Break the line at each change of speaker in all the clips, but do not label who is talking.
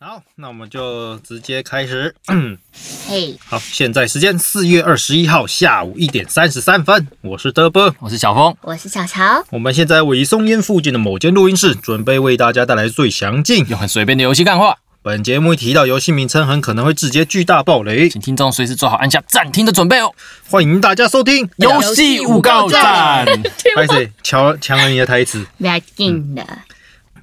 好，那我们就直接开始。
嘿、
好，现在时间四月二十一号下午一点三十三分，我是德波。
我是小峰，
我是小乔，
我们现在位于松烟附近的某间录音室，准备为大家带来最详尽。
用很随便的游戏干话，
本节目一提到游戏名称，很可能会直接巨大爆雷，
请听众随时做好按下暂停的准备哦。
欢迎大家收听。哎
游戏五告站，
拍谁乔强了你的台词？
不要紧的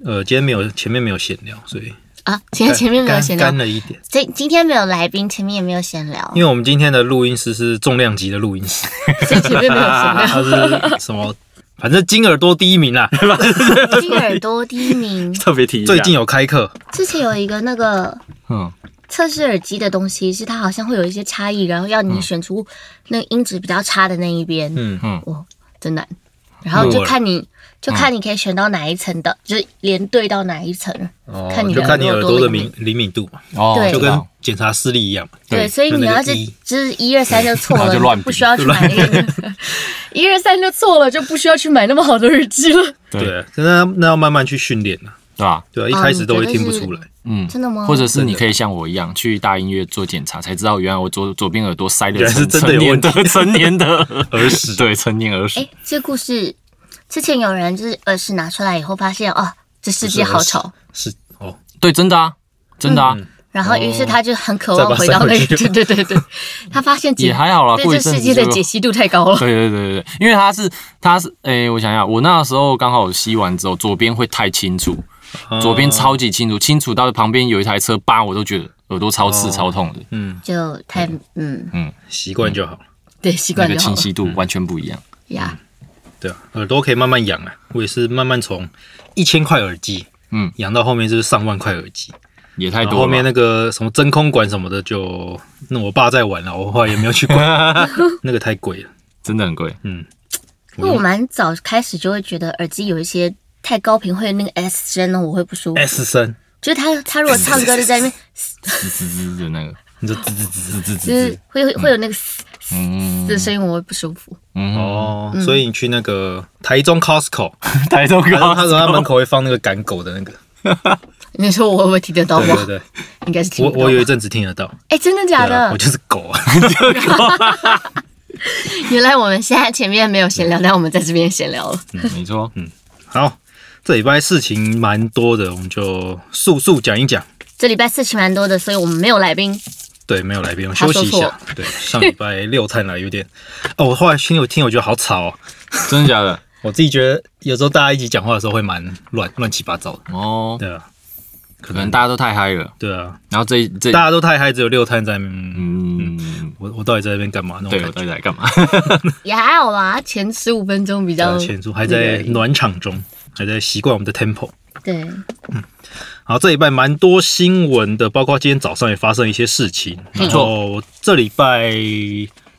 呃，今天没有前面没有闲聊，所以
啊！今天前面没有闲聊
干，了一点。
这今天没有来宾，前面也没有闲聊，
因为我们今天的录音室是重量级的录 音室，
所以前面没有闲
它是什么？反正金耳朵 第一名啊啦，
聊。金耳朵第一名，
特别提
最近有开课，
之前有一个那个
嗯，
测试耳机的东西，是它好像会有一些差异，然后要你选出那个音质比较差的那一边。
嗯，
哦，真难。然后就看你，就看你可以选到哪一层的，就是连对到哪一层。
哦啊
看你
就
的
看你耳
耳朵
朵的
灵
敏灵敏度嘛，
哦，
对
就
知
跟
道
检查视力一样嘛。
对，
对
所以
就
你
那个
要是
一
就是一二三就错
然后
了，
就乱
你不
比
需要去买那个， 一二三就错了，就不需要去买那么好的耳机了。
对
对，啊那那要慢慢去训练啊。
对吧？
对啊，一
哦
开
你
始
觉
都会
得
听不
是
出来。
嗯，
真的吗？
或者是你可以像我一样去大音乐做检查，才知道原来我左左边耳朵塞
原
的
来是
是
真的
成
有
年
问题
的 成年的
耳屎
对，成年耳
哎
屎，，
这故事之前有人就是耳屎拿出来以后，发现哦，这世界好吵，
是哦，
对，真的啊，真的
嗯
啊，
然后于是他就很渴
再把
望
它
回到那
塞回
个，
去
对对对 对，他发现解
也还好啦，过
对
一
这
阵
世
子
界
就
的解析度太高了。
对对对对对，因为它是它是诶、我想想，我那时候刚好吸完之后，左边会太清楚，
啊
左边超级清楚，清楚到旁边有一台车扒我都觉得耳朵超刺、
哦
超痛的，
就太嗯，
习惯就好。
对，习
那
惯
个
就好
清嗯
了
晰度完全不一样。
呀。
对啊，耳朵可以慢慢养啊。我也是慢慢从一千块耳机，
嗯，
养到后面就是上万块耳机，
也太
然
多
后
了吧。
后面那个什么真空管什么的就，那我爸在玩了，我后来也没有 去管，那个太贵了。
真的很贵，
因为我蛮早开始就会觉得耳机有一些太高频会有那个 S 声呢，我会不舒
哎
服。
S 声，
就是他他如果唱歌就在那边，
滋滋滋的那个，
你就吱吱吱吱吱
就是会会会有那个嘶
嗯
的声音，我会不舒服。
嗯，
哦，所以你去那个台中 Costco，
台 中
然后他
高，
说他门口会放那个赶狗的那个，
你说我会不会听得到
对
吗
对？对，
应该是听
我
不到
我。有一阵子听得到，
哎，真的假
对啊，我
的？
就是狗啊，
原来我们现在前面没有闲聊，但我们在这边闲聊了。
嗯没错，
好。这礼拜事情蛮多的，我们就速速讲一讲。
这礼拜事情蛮多的，所以我们没有来宾。
对，没有来宾，我
他
休
说
息一
错
下。对，上礼拜六太来有点，哦，我后来听有听，我觉得好吵、哦，
真的假的？
我自己觉得有时候大家一起讲话的时候会蛮乱乱七八糟的。
哦，
对啊，
可能大家都太嗨了，
对啊，
然后这一这
大，家都太嗨，只有六探在。嗯，
嗯，
我我到底在那边干嘛？那种
对，我
感觉
到底在干嘛？
也还好啦，前十五分钟比
对啊
较
前出还在暖场中，还在习惯我们的 tempo。
对，
好，这礼拜蛮多新闻的，包括今天早上也发生一些事情。
没
然
嗯错
后这礼拜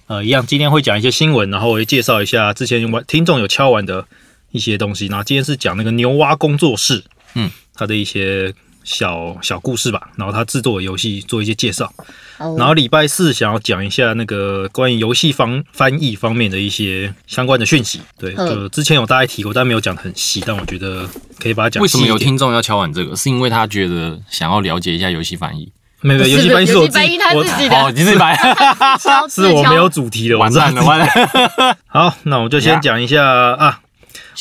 呃，一样今天会讲一些新闻，然后我会介绍一下之前玩听众有敲完的一些东西。然后今天是讲那个牛蛙工作室，
嗯，
它的一些小小故事吧。然后它制作的游戏做一些介绍。
然
然后礼拜四想要讲一下那个关于游戏方翻译方面的一些相关的讯息。对，
嗯
就之前有大概提过，但没有讲得很细，但我觉得可以把它讲
为
细
什
一
么
点。
有听众要敲碗这个？是因为他觉得想要了解一下游戏翻译。
没有？没有，游戏翻译是我自
游
己
戏翻译，他
我哦
自己
哦，
的，
你自白，
敲
是我没有主题的，我
完蛋
知道
了，完蛋了。
好，那我就先
呀
讲一下啊，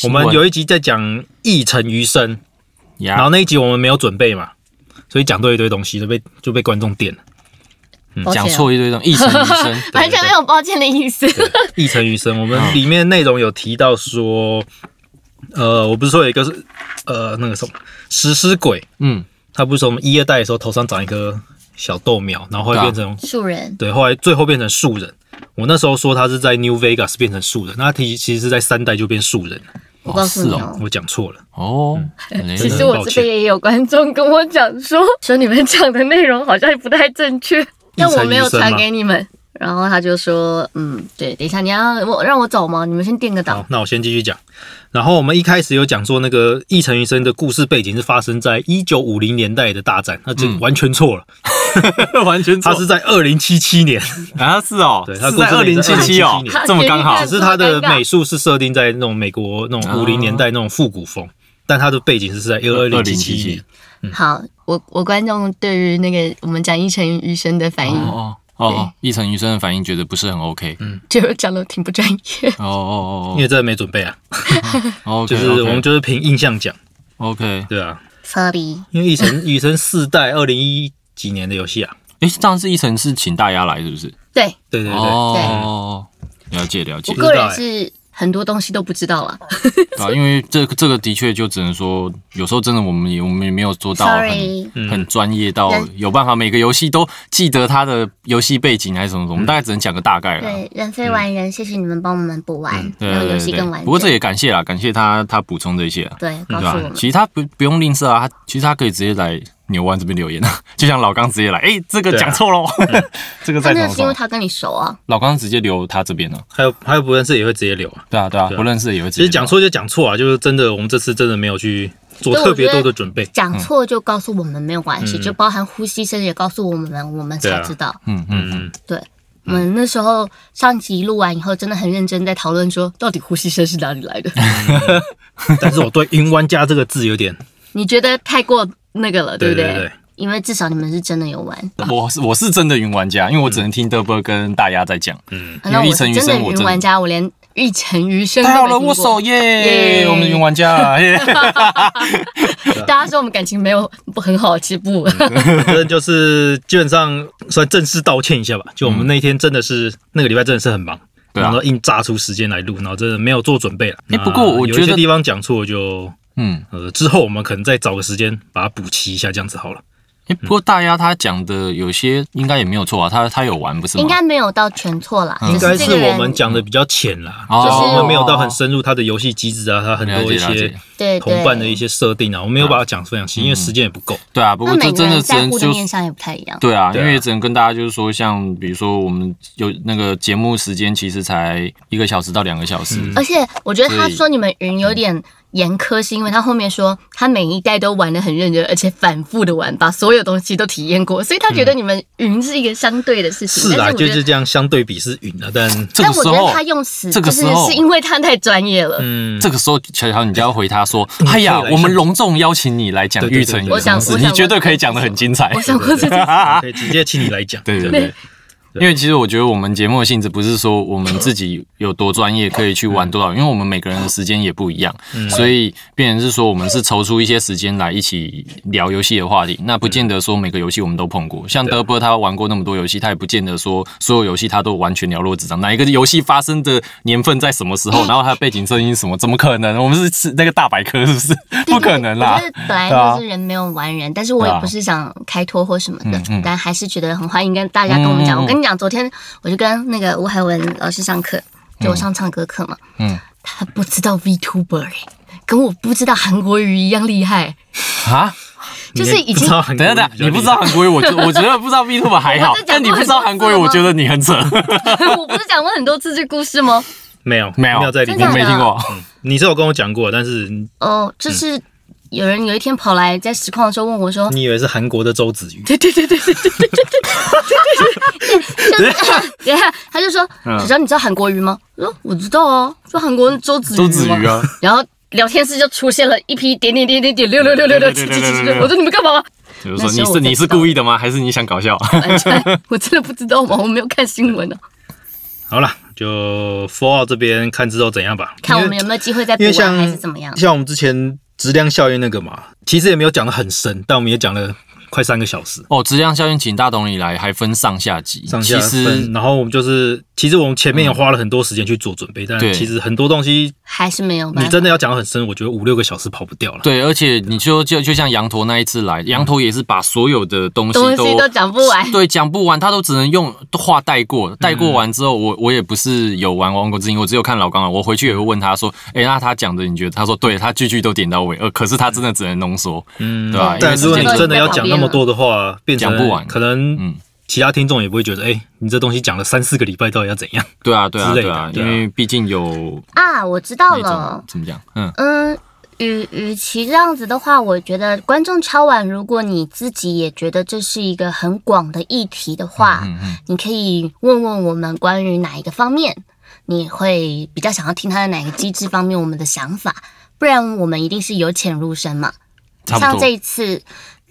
我们有一集在讲一城余生，然
呀
后那一集我们没有准备嘛，所以讲对一堆东西就被就被观众点了。嗯
抱歉
讲
啊
错一堆东西，一成一 生，
完全没有抱歉的意思。
一城余生，我
啊
们里面内容有提到说，呃，我不是说有一个是呃那个什么食尸鬼，
嗯，
他不是说我们一二代的时候头上长一颗小豆苗，然后后来
对啊
变成
树人
对，后来最后变成树人。我那时候说他是在 New Vegas 变成树人，那他其其实是在三代就变树人了，
我告诉你
哦
哦，
我讲错了。
哦，
嗯
其
真
实
的
我这边也有观众跟我讲说， 说你们讲的内容好像也不太正确，但我没有传给你们。然后他就说，嗯，对，等一下你要我让我走吗？你们先垫个
好
档，，
那我先继续讲。然后我们一开始有讲说，那个一城余生的故事背景是发生在一九五零年代的大战，那这个完全错了，
完全
他是在二零七七年，
啊，是哦，
对他
是
故
在
事
二
里
零
是
七七哦
2077
年，
这么刚好
他
只是他的
尴尬
美术是设定在那种美国那种
哦
五零年代那种复古风，但他的背景是在二零七七
2077
年。
好，我我观众对于那个我们讲一成余生的反应，
哦哦哦，一成余生的反应觉得不是 很 OK，
就讲的挺不专业。
哦哦
因为真的没准备啊，
哦哦，
就是我们就是凭印象讲，
OK，
对啊，
Sorry，
因为《异神》《异神》四代二零一几年的游戏啊，
哎，上次一成是请大家来是不是？
对
对对对，
哦，了解了解
我，个人是很多东西都不知道了。
对啊，因为这这个的确就只能说，有时候真的我们也我们也没有做到很
Sorry，
嗯
很专业到
人
有办法每个游戏都记得它的游戏背景还是什么什么，我
嗯
们大概只能讲个大概啦。
对，人非完人，谢谢你们帮我们补完，
对
让游
对
戏
嗯对
更完整。
对，不过这也感谢啦，感谢他他补充这些啊，
对告
对
诉我
吧
们？，
其实他不不用吝啬啊，他其实他可以直接来牛湾这边留言啊， 就像老刚直接来，哎，这个
对啊
讲错喽， 这个
他
再怎
那
么
个是因
说
为，他跟你熟啊，
老刚直接留他这边了。
还有还有不认识也会直接留啊，
对啊对啊，
啊
不认识也会直
其
接
实讲
留啊
错就讲错啊，就是真的我们这次真的没有去做特别多的准备，
嗯
讲错就告诉我们没有关系，
嗯
就包含呼吸声也告诉我们，我们
对
才
啊
知道。
嗯嗯嗯，
嗯，
对，我们那时候上集录完以后，真的很认真在讨论说，到底呼吸声是哪里来 的？
但是我对“云玩家”这个字有 点，
你觉得太过那个了，
对
不
对对，
因为至少你们是真的有玩，
我是我是真的云玩家，因为我只能听德波跟大家在讲。
嗯，
因为
那我
一
是
成余
真
生
的
我
云
真的
玩家，我连一成余生都
太好了，
啊没
握
听过
手。耶！
耶
我们云玩 家，耶！啊
大家说我们感情没有不很好，其实
嗯
不，
反正就是基本上算正式道歉一下吧。就我们那天真的是那个礼拜真的是很忙，
对啊
然后硬扎出时间来录，然后真的没有做准备了。
哎不过我
那
觉得
有一些地方讲错就。
嗯，
呃，之后我们可能再找个时间把它补齐一下，这样子好了。
诶不过大家他讲的有些应该也没有错啊，他他有玩不是吗？
应该没有到全错啦。
嗯
应
只
该
这
是
个人
我们讲的比较浅啦，
哦
就是我们没有到很深入它的游戏机制啊，它很
了
多
解
一
了
些
解。
对对嗯
同伴的一些设定啊，我没有把它讲得非常细，因为时间也不够。
对啊，不
那
过这
每个
真的
人
只
在
能
乎的
就
面向也不太一样。
对啊，
对
因
啊
为只能跟大家就是说，像比如说我们有那个节目时间其实才一个小时到两个小时，
嗯
而且我觉得他
所以
说你们云有点严苛，是因为他后面说他每一代都玩的很认真，而且反复的玩，把所有东西都体验过，所以他觉得你们云是一个相对的事情。
是
但
啊，
是我
就
觉
是
得，
这样，相对比是云啊，但
这个
但我
时
觉
候
得他用词
这
就
个
是
时候
是因为他太专业了。
嗯，
这个时候，乔乔，你就要回他说：“哎呀
可以嗯来，
我们隆重邀请你来讲
对对对
玉成
对
与
我
想
公司，
我
你
想
绝对
我
可以讲的很精彩。”
我想过这件事，
可以直接请你来讲。
对对
对
对，因为其实我觉得我们节目的性质不是说我们自己有多专业可以去玩多少，因为我们每个人的时间也不一样，所以变成是说我们是抽出一些时间来一起聊游戏的话题。那不见得说每个游戏我们都碰过，像德波他玩过那么多游戏，他也不见得说所有游戏他都完全了若指掌。哪一个游戏发生的年份在什么时 候，然后它的背景声音是什么，怎么可能？我们是是那个大百科是不是？不可能啦啊
我觉！得本来就是人没有完人，但是我也不是想开脱或什么的，但还是觉得很欢迎跟大家跟我们讲。
嗯嗯嗯嗯
我跟你讲，昨天我就跟那个吴海文老师上课，就我上唱歌课嘛，
嗯
他不知道 VTuber，、欸、跟我不知道韩国语一样厉害，
啊，
就是已经。
等
等一下等一下，你不知道韩国语，我觉我觉得不知道 V Two 还好
我不是，讲
但你
过
不知道韩国语，
很
我
多次
觉
了吗
得你很扯。
我不是讲过很多次这故事吗？
没有
没有，
有在里
真
面
的嗯
我，没听过。
你是有跟我讲过，但是你
哦，
嗯
就是有人有一天跑来在实况的时候问我说，
你以为是韩国的周子瑜？
对对对对对对对对对，就是等一下，他就说：“小张，你知道韩国瑜吗？”我说：“我知道啊，就韩国周子瑜。”
周子 瑜啊，
然后聊天室就出现了一批点点点点点六六六六六七七七七，我说：“你们干嘛？”
比如说
那时
你
候
是
我才
你是
知道
故意的吗？还是你想搞笑？
我真的不知道吗？我没有看新闻呢，
好了，就 Fallout 这边看之后怎样吧。
看我
因
们
为
有没有机会再补
因为
完
像
还是怎么样？
像我们之前质量效应那个嘛，其实也没有讲的很深，但我们也讲了快三个小时。
哦，质量效应，请大董你来，还分上下集。
上下
其
分，
实
然后我们就是，其实我们前面也花了很多时间去做准备，但
对
其实很多东西
还是没有吧
你？真的要讲得很深，我觉得五六个小时跑不掉了。
对，而且你就就就像羊驼那一次来，羊驼也是把所有的东西
东
都
西都讲不完。
对，讲不完，他都只能用话带过，带
嗯
过完之后，我我也不是有玩《王国之心》，我只有看老刚啊，我回去也会问他说，哎、那他讲的你觉得？他说对，他句句都点到位，呃，可是他真的只能浓缩，
嗯
对吧
但
啊因为
如果你
时间
真的要讲那么多的话，变成
讲不完
可能
嗯
其他听众也不会觉得，哎、你这东西讲了三四个礼拜，到底要怎样？
对啊，对啊，
之类
对
的
啊，
对
因
啊
为毕竟有
啊，我知道
那
了
种。怎么讲，嗯，
嗯，与与其这样子的话，我觉得观众敲碗，如果你自己也觉得这是一个很广的议题的话，
嗯
你可以问问我们关于哪一个方面，你会比较想要听他的哪个机制方面我们的想法，不然我们一定是由浅入深嘛。
差不
像这
多。
一次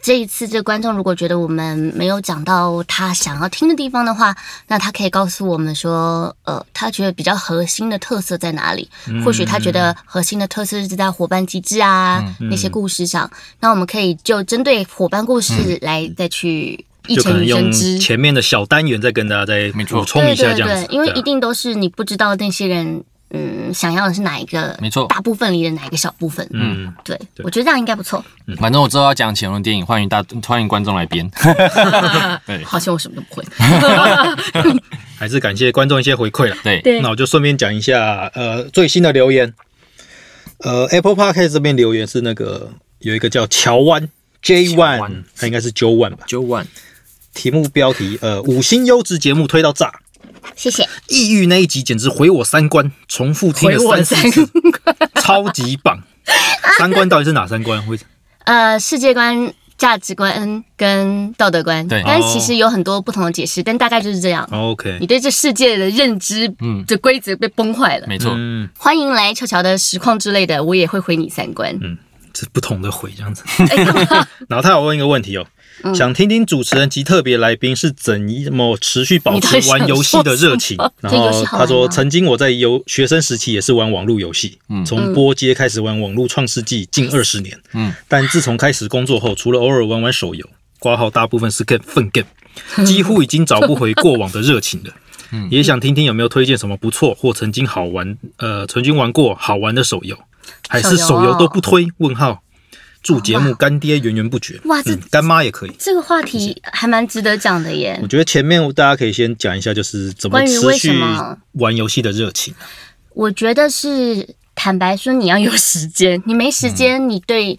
这一次这观众如果觉得我们没有讲到他想要听的地方的话，那他可以告诉我们说，呃，他觉得比较核心的特色在哪里？或许他觉
嗯
得核心的特色是在伙伴机制啊、那些故事上，那我们可以就针对伙伴故事来再去一
嗯就可
层
能
与
用
生之。
前面的小单元再跟大家再
没错
补充一下
对
这
对
样子，
对，因为
对啊
一定都是你不知道那些人，嗯，想要的是哪一个，
没错
大部分里的哪一个小部分，嗯，
嗯，
对，
对
我觉得这样应该不错。
嗯
反正我知道要讲乾隆电影，欢迎大欢迎观众来 编。对
好像我什么都不会。
还是感谢观众一些回馈啦。
对，
对
那我就顺便讲一下，呃，最新的留言，呃，Apple Podcast 这边留言是那个有一个叫乔湾 J
乔湾
One，他应该是 J One 吧？
九万
题目标题呃，五星优质节目推到炸，
谢谢，
抑郁那一集简直毁我三观，重复听了
回我
三四
三
次，超级棒。三观到底是哪三观？会
呃，世界观、价值观跟道德观，
对
哦
但其实有很多不同的解释，但大概就是这样。
OK，
你对这世界的认知，
嗯
的规则被崩坏了。
没错，
嗯，
欢迎来球乔的实况之类的，我也会回你三观。
这不同的毁这样子。
哎
然后他有问一个问题哦，
嗯
想听听主持人及特别来宾是怎么持续保持玩游戏的热情。
你
然
在想说什么
后
这游戏好玩
他
吗
说，曾经我在游学生时期也是玩网络游戏，
嗯
从波街开始玩网络创世纪近二十年。
嗯
嗯，但自从开始工作后，除了偶尔玩玩手游，挂号大部分是 game 粪 game，几乎已经找不回过往的热情了。也想听听有没有推荐什么不错或曾经好玩，呃，曾经玩过好玩的手游，还是
手游哦
手游都不推？问号。祝节目干爹源源不绝。
哇这
嗯干妈也可以。
这个话题还蛮值得讲的耶
我。觉得前面大家可以先讲一下，就是怎么
关于
持
为什
续
么
玩游戏的热情。
我觉得是坦白说，你要有时间，你没时间，你对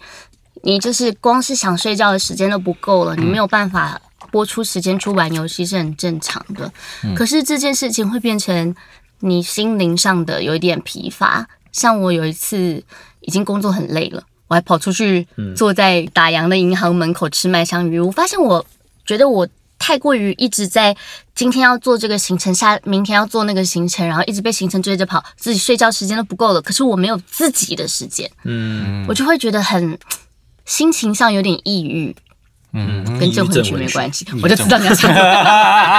你就是光是想睡觉的时间都不够了，你没有办法播出时间去玩游戏是很正常的。可是这件事情会变成你心灵上的有一点疲乏。像我有一次已经工作很累了，我还跑出去坐在打烊的银行门口吃麦香鱼，我发现我觉得我太过于一直在今天要做这个行程，下明天要做那个行程，然后一直被行程追着跑，自己睡觉时间都不够了。可是我没有自己的时间，
嗯，
我就会觉得很心情上有点抑郁，
嗯，
跟
抑
镇
郁
魂
症
曲
为
没
主
关系
抑郁。
我就
症
知道你要讲这个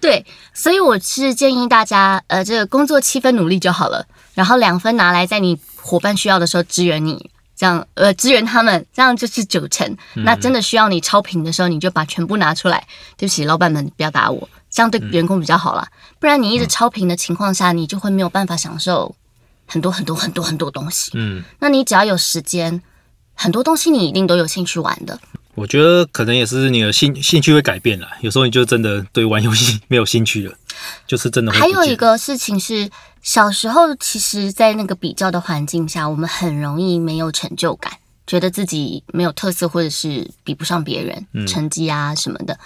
对，所以我是建议大家，呃，这个工作七分努力就好了，然后两分拿来在你伙伴需要的时候支援你，这样呃支援他们，这样就是九成。那真的需要你超频的时候，你就把全部拿出来。对不起，老板们不要打我，这样对员工比较好啦。不然你一直超频的情况下，你就会没有办法享受很多很多很多很多东西。
嗯，
那你只要有时间，很多东西你一定都有兴趣玩的。
我觉得可能也是你的兴兴趣会改变啦。有时候你就真的对玩游戏没有兴趣了，就是真的会不
还
见。
有一个事情是，小时候其实，在那个比较的环境下，我们很容易没有成就感，觉得自己没有特色，或者是比不上别人，
嗯
成绩啊什么的。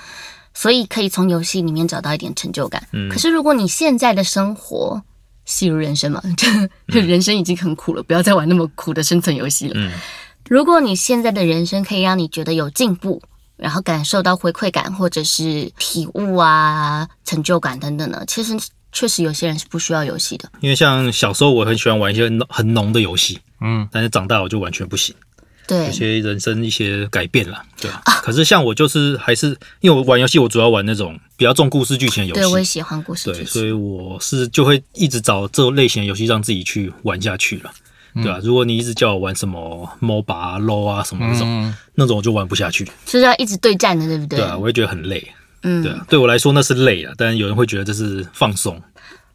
所以可以从游戏里面找到一点成就感。
嗯
可是如果你现在的生活，戏如人生嘛，
嗯
这人生已经很苦了，不要再玩那么苦的生存游戏了。
嗯
如果你现在的人生可以让你觉得有进步，然后感受到回馈感或者是体悟啊、成就感等等的，其实确实有些人是不需要游戏的。
因为像小时候我很喜欢玩一些很浓很浓的游戏，
嗯，
但是长大我就完全不行。
对
有，些人生一些改变啦，对啊。可是像我就是还是因为我玩游戏，我主要玩那种比较重故事剧情的
对我
游
也
戏，
喜欢故事
对，
剧
所
情。
以我是就会一直找这类型的游戏让自己去玩下去了，对啊，如果你一直叫我玩什么 MOBA 啊、LO 啊什么那种，
嗯，
那种我就玩不下去，
就是要一直对战的，对不对？
对啊，我会觉得很累，
嗯，
对啊，对我来说那是累啊，但有人会觉得这是放松，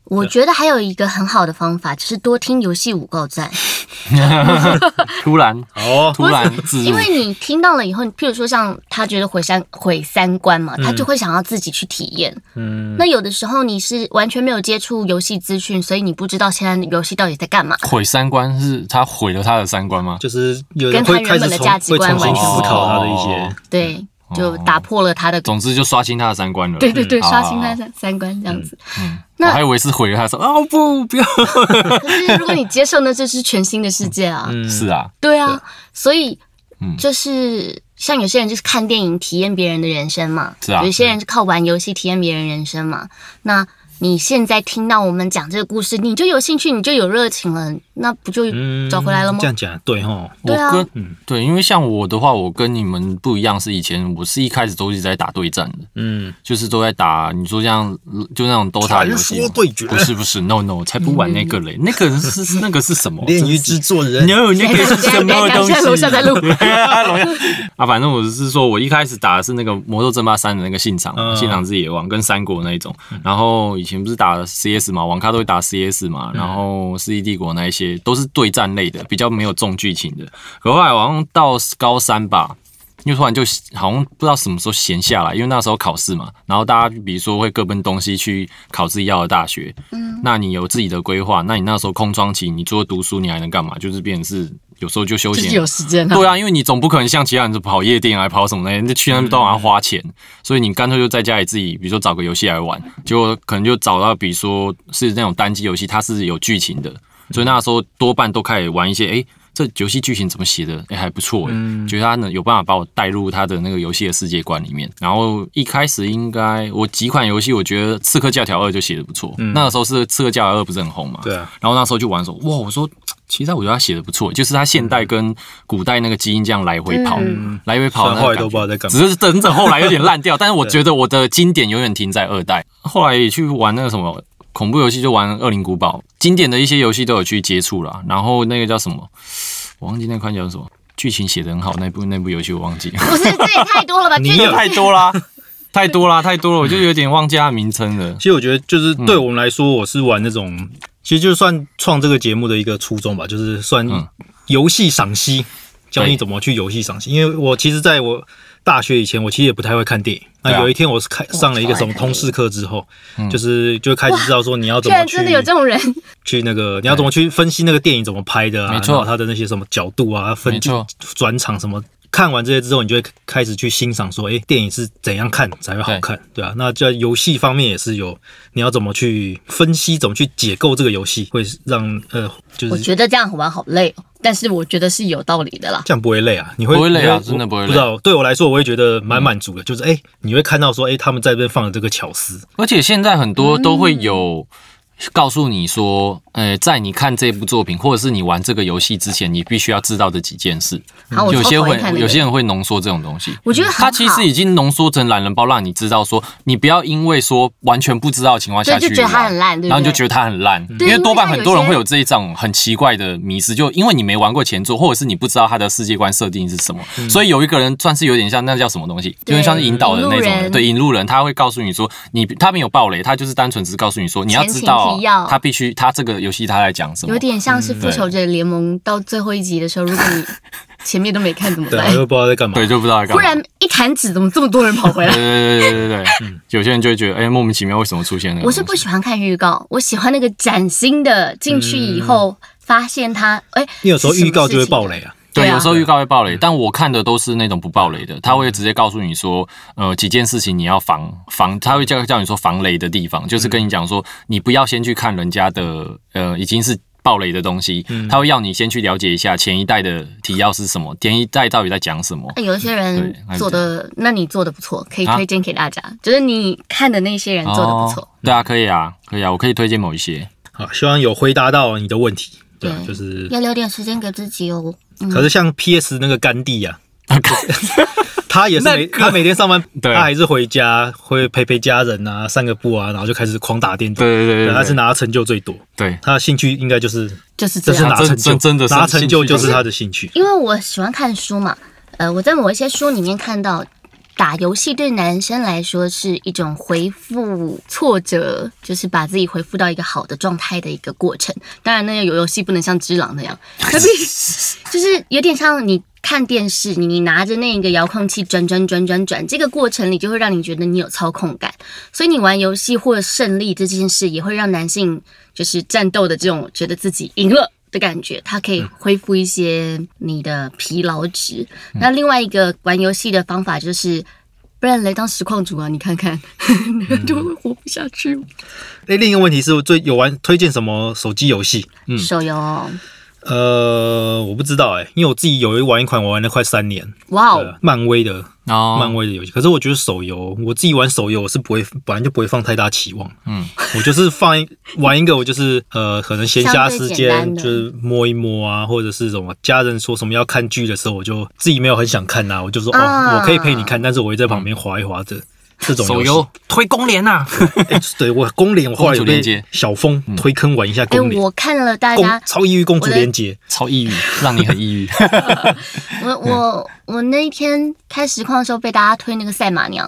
我觉得还有一个很好的方法，就是多听游戏五告战，
突然
哦，
突然自
因
入，
为你听到了以后，譬如说像他觉得毁三毁三观嘛，他就会想要自己去体验。
嗯，
那有的时候你是完全没有接触游戏资讯，所以你不知道现在游戏到底在干嘛。
毁三观是他毁了他的三观吗？
就是有
跟
人
他
会
原
开始
本的
重
价值
会
观
重新
完全
思
不
考他的一
同
些，
对，
嗯
就
哦
打破了他的
总之就刷新他的三观了。
对对对，
好
刷新他
好
三三观这样子。
我
那
还以为是毁了他说哦不不要，
可是如果你接受呢，这是全新的世界啊。
嗯
是啊，
对啊，所以
嗯
就是像有些人就是看电影体验别人的人生嘛，
是啊
有些人是靠玩游戏体验别人人生嘛。那你现在听到我们讲这个故事，你就有兴趣，你就有热情了，那不就
嗯，
找回来了吗
这？样讲对哈，
我
对啊
跟
嗯
对，因为像我的话，我跟你们不一样，是以前我是一开始都是在打对战的，
嗯，
就是都在打，你说像就那种 DOTA 游戏
传说
嘛，
对决
不是不是，no no，才不玩那个嘞，那个是是那个是什么？
炼狱
真是
制作人，
No，那个是什么东西？
现在楼下在 录
对啊，楼下 啊，反正我是说，我一开始打的是那个《魔兽争霸三》的那个信长，
嗯
信长之野望跟三国那一种。然后以前不是打 CS 嘛，网咖都会打 CS 嘛，然后《世纪帝国》那一些都是对战类的，比较没有重剧情的。可后来好像到高三吧。因为突然就好像不知道什么时候闲下来，因为那时候考试嘛，然后大家比如说会各奔东西去考自己要的大学，
嗯
那你有自己的规划，那你那时候空窗期，你除了读书，你还能干嘛？就是变成是有时候就休
自
闲
己。有时间啊。
对啊，因为你总不可能像其他人就跑夜店啊、跑什么的，就去那边都好像花钱，所以你干脆就在家里自己，比如说找个游戏来哎玩，结果可能就找到，比如说是那种单机游戏，它是有剧情的，所以那时候多半都开始玩一些，诶，哎这游戏剧情怎么写的？诶，哎还不错、诶，觉得他呢有办法把我带入他的那个游戏的世界观里面。然后一开始应该我几款游戏，我觉得《刺客教条二》就写的不错，那个时候是《刺客教条二》不是很红嘛，
对啊，
然后那时候就玩的时候，哇，我说其实我觉得他写的不错，就是他现代跟古代那个基因这样来回跑，来回跑
三
那个
后来都
感觉
不知道在干嘛，
只是整整后来有点烂 掉，但是我觉得我的经典永远停在二代。后来也去玩那个什么恐怖游戏，就玩《恶灵古堡》，经典的一些游戏都有去接触啦。然后那个叫什么，我忘记那款叫什么，剧情写得很好那部那部游戏我忘记了，
不是，这也太多了吧？
你
这
有
个
太多啦，太多啦，太多了，我就有点忘记它的名称了。
其实我觉得，就是
嗯
对我们来说，我是玩那种，其实就算创这个节目的一个初衷吧，就是算
嗯
游戏赏析，教你
对
怎么去游戏赏析。因为我其实在我大学以前，我其实也不太会看电影。
对
那
啊嗯
有一天我是开上了一个什么通识课之后，就是就开始知道说你要怎
居
么
然
去
真的有这 种人，
去那个你要怎么去分析那个电影怎么拍的啊，
没错
然后它的那些什么角度啊、分
没错
转场什么。看完这些之后，你就会开始去欣赏说，诶，电影是怎样看才会好看，对啊，那在游戏方面也是有，你要怎么去分析，怎么去解构这个游戏，会让呃，就
我
是
觉得这样玩好累哦，但是我觉得是有道理的啦。
这样不会累啊，你会
不会累啊
你
真的不会累
不知道，对我来说，我会觉得蛮满足的，就是诶，你会看到说，诶，他们在这边放的这个巧思，
而且现在很多都会有
嗯
告诉你说，呃，在你看这部作品或者是你玩这个游戏之前，你必须要知道的几件事。
好，
哦
我
嗯有
超
些
讨
会
厌看那
有
个
些人会浓缩这种东西。
我觉得很好
它其实已经浓缩成懒人包，让你知道说，你不要因为说完全不知道的情况下
对，就
去
觉得他很
玩
烂，对
然后
不
你就
对？
觉得它很烂，
对
因为多半
因为像
很多人
有些
会有这一种很奇怪的迷失，就因为你没玩过前作，或者是你不知道他的世界观设定是什么，所以有一个人算是有点像那叫什么东西，有
对
点像是引导的那
引路
种人，
人
对引路人，他会告诉你说，你他没有暴雷，他就是单纯只是告诉你说，你要知
前
道
情提要
他必须他这个游戏他在讲什么
有，点像
嗯
是复仇者联盟到最后一集的时候，如果 你前面都没看怎么
对啊，
办？
又不知道在干嘛，
对，就不知道在干
忽
嘛。
然一弹指，怎么这么多人跑回
对
来？
对对对对对对，有些人就会觉得，哎，莫名其妙为什么出现那个
我
东
是
西？
不喜欢看预告，我喜欢那个崭新的进去以
嗯
后发现它，哎，
你有时候预告就会爆
了。
雷啊，
对，嗯
对啊
有时候预告会爆雷，但我看的都是那种不爆雷的，他会直接告诉你说，呃，几件事情你要防防，他会叫叫你说防雷的地方，就是跟你讲说，你不要先去看人家的，呃，已经是。爆雷的东西，他会要你先去了解一下前一代的提要是什么，前一代到底在讲什么。
那有一些人
对那就
做的，那你做的不错，可以
啊
推荐给大家。就是你看的那些人做的不错
哦，对啊，可以啊，可以啊，我可以推荐某一些。
好，希望有回答到你的问题，对啊，
对
就是
要留点时间给自己哦。
嗯
可是像 PS 那个甘地啊， 他也是每、他每天上班，
对
他还是回家会陪陪家人啊，散个步啊，然后就开始狂打电动。
对对对对
他是
对，
拿成就最多，
对，
他的兴趣应该就是
就是
这
这
是
样。
拿成就，
啊真真的是
拿成就
兴趣
就是他的兴趣。
因为我喜欢看书嘛，呃，我在某一些书里面看到，打游戏对男生来说是一种回复挫折，就是把自己回复到一个好的状态的一个过程。当然，那个游游戏不能像只狼那样，可是就是有点像你。看电视，你你拿着那个遥控器转转转转转，这个过程里就会让你觉得你有操控感，所以你玩游戏或胜利这件事，也会让男性就是战斗的这种觉得自己赢了的感觉，它可以
嗯
恢复一些你的疲劳值。
嗯
那另外一个玩游戏的方法就是。不然来当实况主啊！你看看，
嗯
就会活不下去。
哎，另一个问题是最有玩推荐什么手机游戏？
手游，
呃，我不知道哎、因为我自己有一玩一款，我玩了快三年，
哇
呃
哦，
漫威的漫
哦，
威的游戏。可是我觉得手游，我自己玩手游，我是不会，本来就不会放太大期望。
嗯，
我就是放一玩一个，我就是呃，可能闲暇时
相对简
间
单的
就是摸一摸啊，或者是什么家人说什么要看剧的时候，我就自己没有很想看呐、我就说、哦，
啊
我可以陪你看，但是我会在旁边划一划这这种
手
戏
游推公联啊呐，
哎对我公 联，我后来有
公主连
被
接
小峰推坑玩一下
哎、
公联，
我看了大
公
啊
家，
超抑郁公主连接，
超抑郁，让你很抑 郁。
我
嗯
我我那一天开实况的时候被大家推那个赛马娘，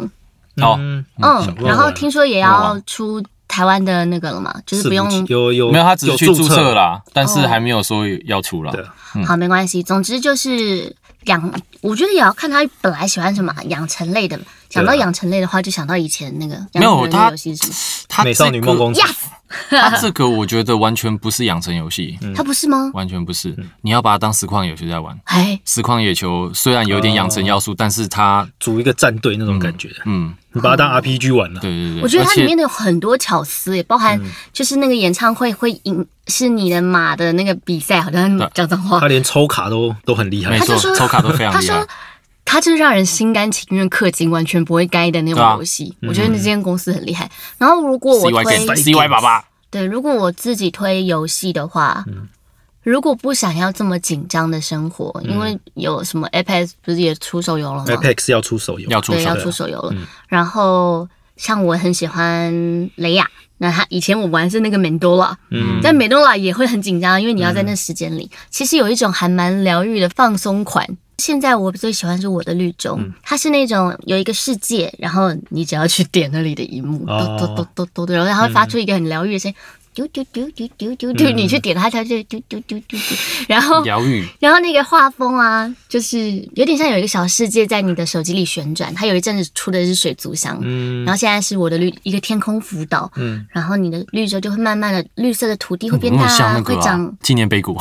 哦
嗯，
嗯
想，过
然后
玩
听说也
我
要
玩
出台湾的那个了嘛，就是不用
是有有
没有，他只是去
有
注册啦，但是
哦
还没有说要出啦。
对
好，没关系。总之就是养，我觉得也要看他本来喜欢什么养成类的嘛。想到养成类的话，就想到以前那个养成
啊没有
类的
他
游戏是什么
他
美少女梦 工厂，
它这个我觉得完全不是养成游戏，
嗯
他不是吗？
完全不是。你要把它当实况野球在玩。
哎，
实况野球虽然有点养成要素，但是它，
组一个战队那种感觉，
嗯，
你把它当 RPG 玩了，
对对对，
我觉得
而
它
且嗯
里面的有很多巧思，也包含就是那个演唱会会赢是你的马的那个比赛，好像
对
讲脏话
他。连抽卡都都很厉害
没，
他
错
就，说
抽卡都非常
他
厉害
说。他就是让人心甘情愿氪金，完全不会该的那
对啊
种游戏。我觉得那间公司很厉害。然后如果我
CY
推
Games CY 爸爸，
对，如果我自己推游戏的话，
嗯
如果不想要这么紧张的生活，
嗯
因为有什么 Apex 不是也出手游了吗
Apex 要出手游，
要出
对，
手嗯
要出手游了。然后像我很喜欢雷亚，那他以前我玩是那个 Mendola，
嗯
但 Mendola 也会很紧张，因为你要在那时间里。其实有一种还蛮疗愈的放松款。现在我最喜欢是我的绿洲，
嗯
它是那种有一个世界，然后你只要去点那里的荧幕，
哦
咚咚咚咚咚的，然后它会发出一个很疗愈的声音，丢丢丢丢丢丢
嗯
丢，你去点它，它就丢丢丢丢丢，然后
疗愈，
然后那个画风啊，就是有点像有一个小世界在你的手机里旋转。它有一阵子出的是水族箱，
嗯
然后现在是我的绿一个天空浮岛，
嗯，
然后你的绿洲就会慢慢的绿色的土地会
有
变
没
大、
有像那
会
个啊
长、
纪念碑谷？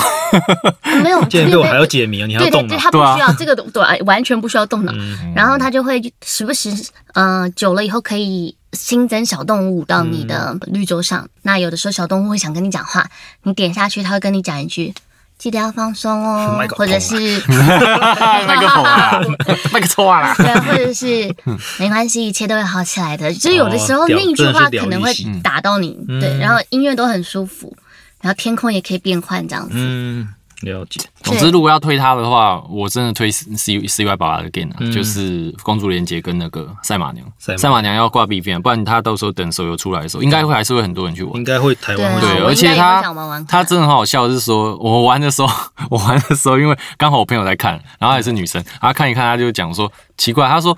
没有
竟然被我还要
对
解谜哦，你还要
对
动嗯
对对，
脑，
它不
对啊
需要、这 个对完全不需要动脑，然后它就会时不时嗯、呃久了以后可以。新增小动物到你
嗯
的绿洲上，那有的时候小动物会想跟你讲话，你点下去，它会跟你讲一句：“记得要放 松哦
麦克，
或者
风
是
那个 红啊，那个臭啊，
对，或者是没关系，一切都会好起来的。就是有的时
哦
候
屌
那一句话
真的是
可
疗
能
愈
会
系
打到你，
嗯
对，然后音乐都很舒服，然后天空也可以变换这样子。
嗯，了解，
总之，如果要推它的话，我真的推 C C Y 爸爸的 game，、啊就是《公主连结》跟那个赛马娘。
嗯赛马
赛马娘要挂 B V，不然他到时候等手游出来的时候，应该会还是会很多人去玩
应。该会台湾
对
会
啊
对，
我
而
应该
且
也
他
会想玩玩看
他真的很好笑，是说我玩的时候， 我玩的时候，因为刚好我朋友在看，然后也是女生，然后看一看，他就讲说奇怪，他说，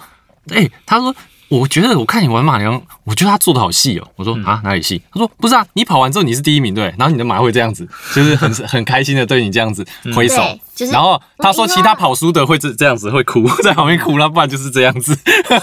哎、他说。我觉得我看你玩马娘，我觉得他做的好细哦。我
嗯
说啊，哪里细？他说不是啊，你跑完之后你是第一名对，然后你的马会这样子，就是很很开心的对你这样子
嗯
挥手
对，就是
然后他说
我赢了
其他跑输的会这这样子会哭， 在旁边哭，那不然就是这样子。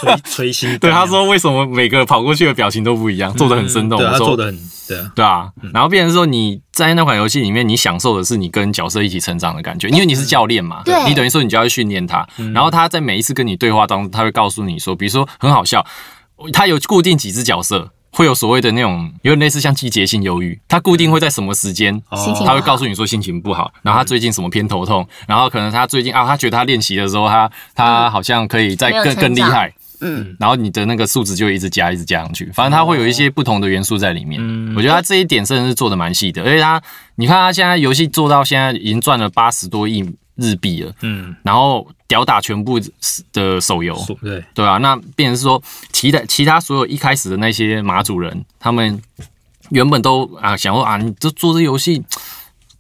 吹吹心，
对，他说为什么每个跑过去的表情都不一样，做的很生动。
啊嗯对，
我
他
说
做的很对啊，
对啊，然后变成说你在那款游戏里面，你享受的是你跟角色一起成长的感觉，因为你是教练嘛，
对
你等于说你就要去训练他，
嗯
然后他在每一次跟你对话当中，他会告诉你说，比如说很好笑，他有固定几只角色。会有所谓的那种，有点类似像季节性忧郁，他固定会在什么时间，
心情
他
哦，嗯
会告诉你说心情不好，然后他最近什么偏头痛，然后可能他最近啊，他觉得他练习的时候，他
嗯
他好像可以再
没有
更
成
更厉
长
害，
嗯，
然后你的那个数值就一直加，一直加上去，反正它会有一些不同的元素在里面。我觉得它这一点真的是做的蛮细的，而且它，你看它现在游戏做到现在已经赚了八十多亿日币了，
嗯，
然后吊打全部的手游，
说对，
对啊，那变成是说，其他其他所有一开始的那些马主人，他们原本都啊想说啊，你这做这游戏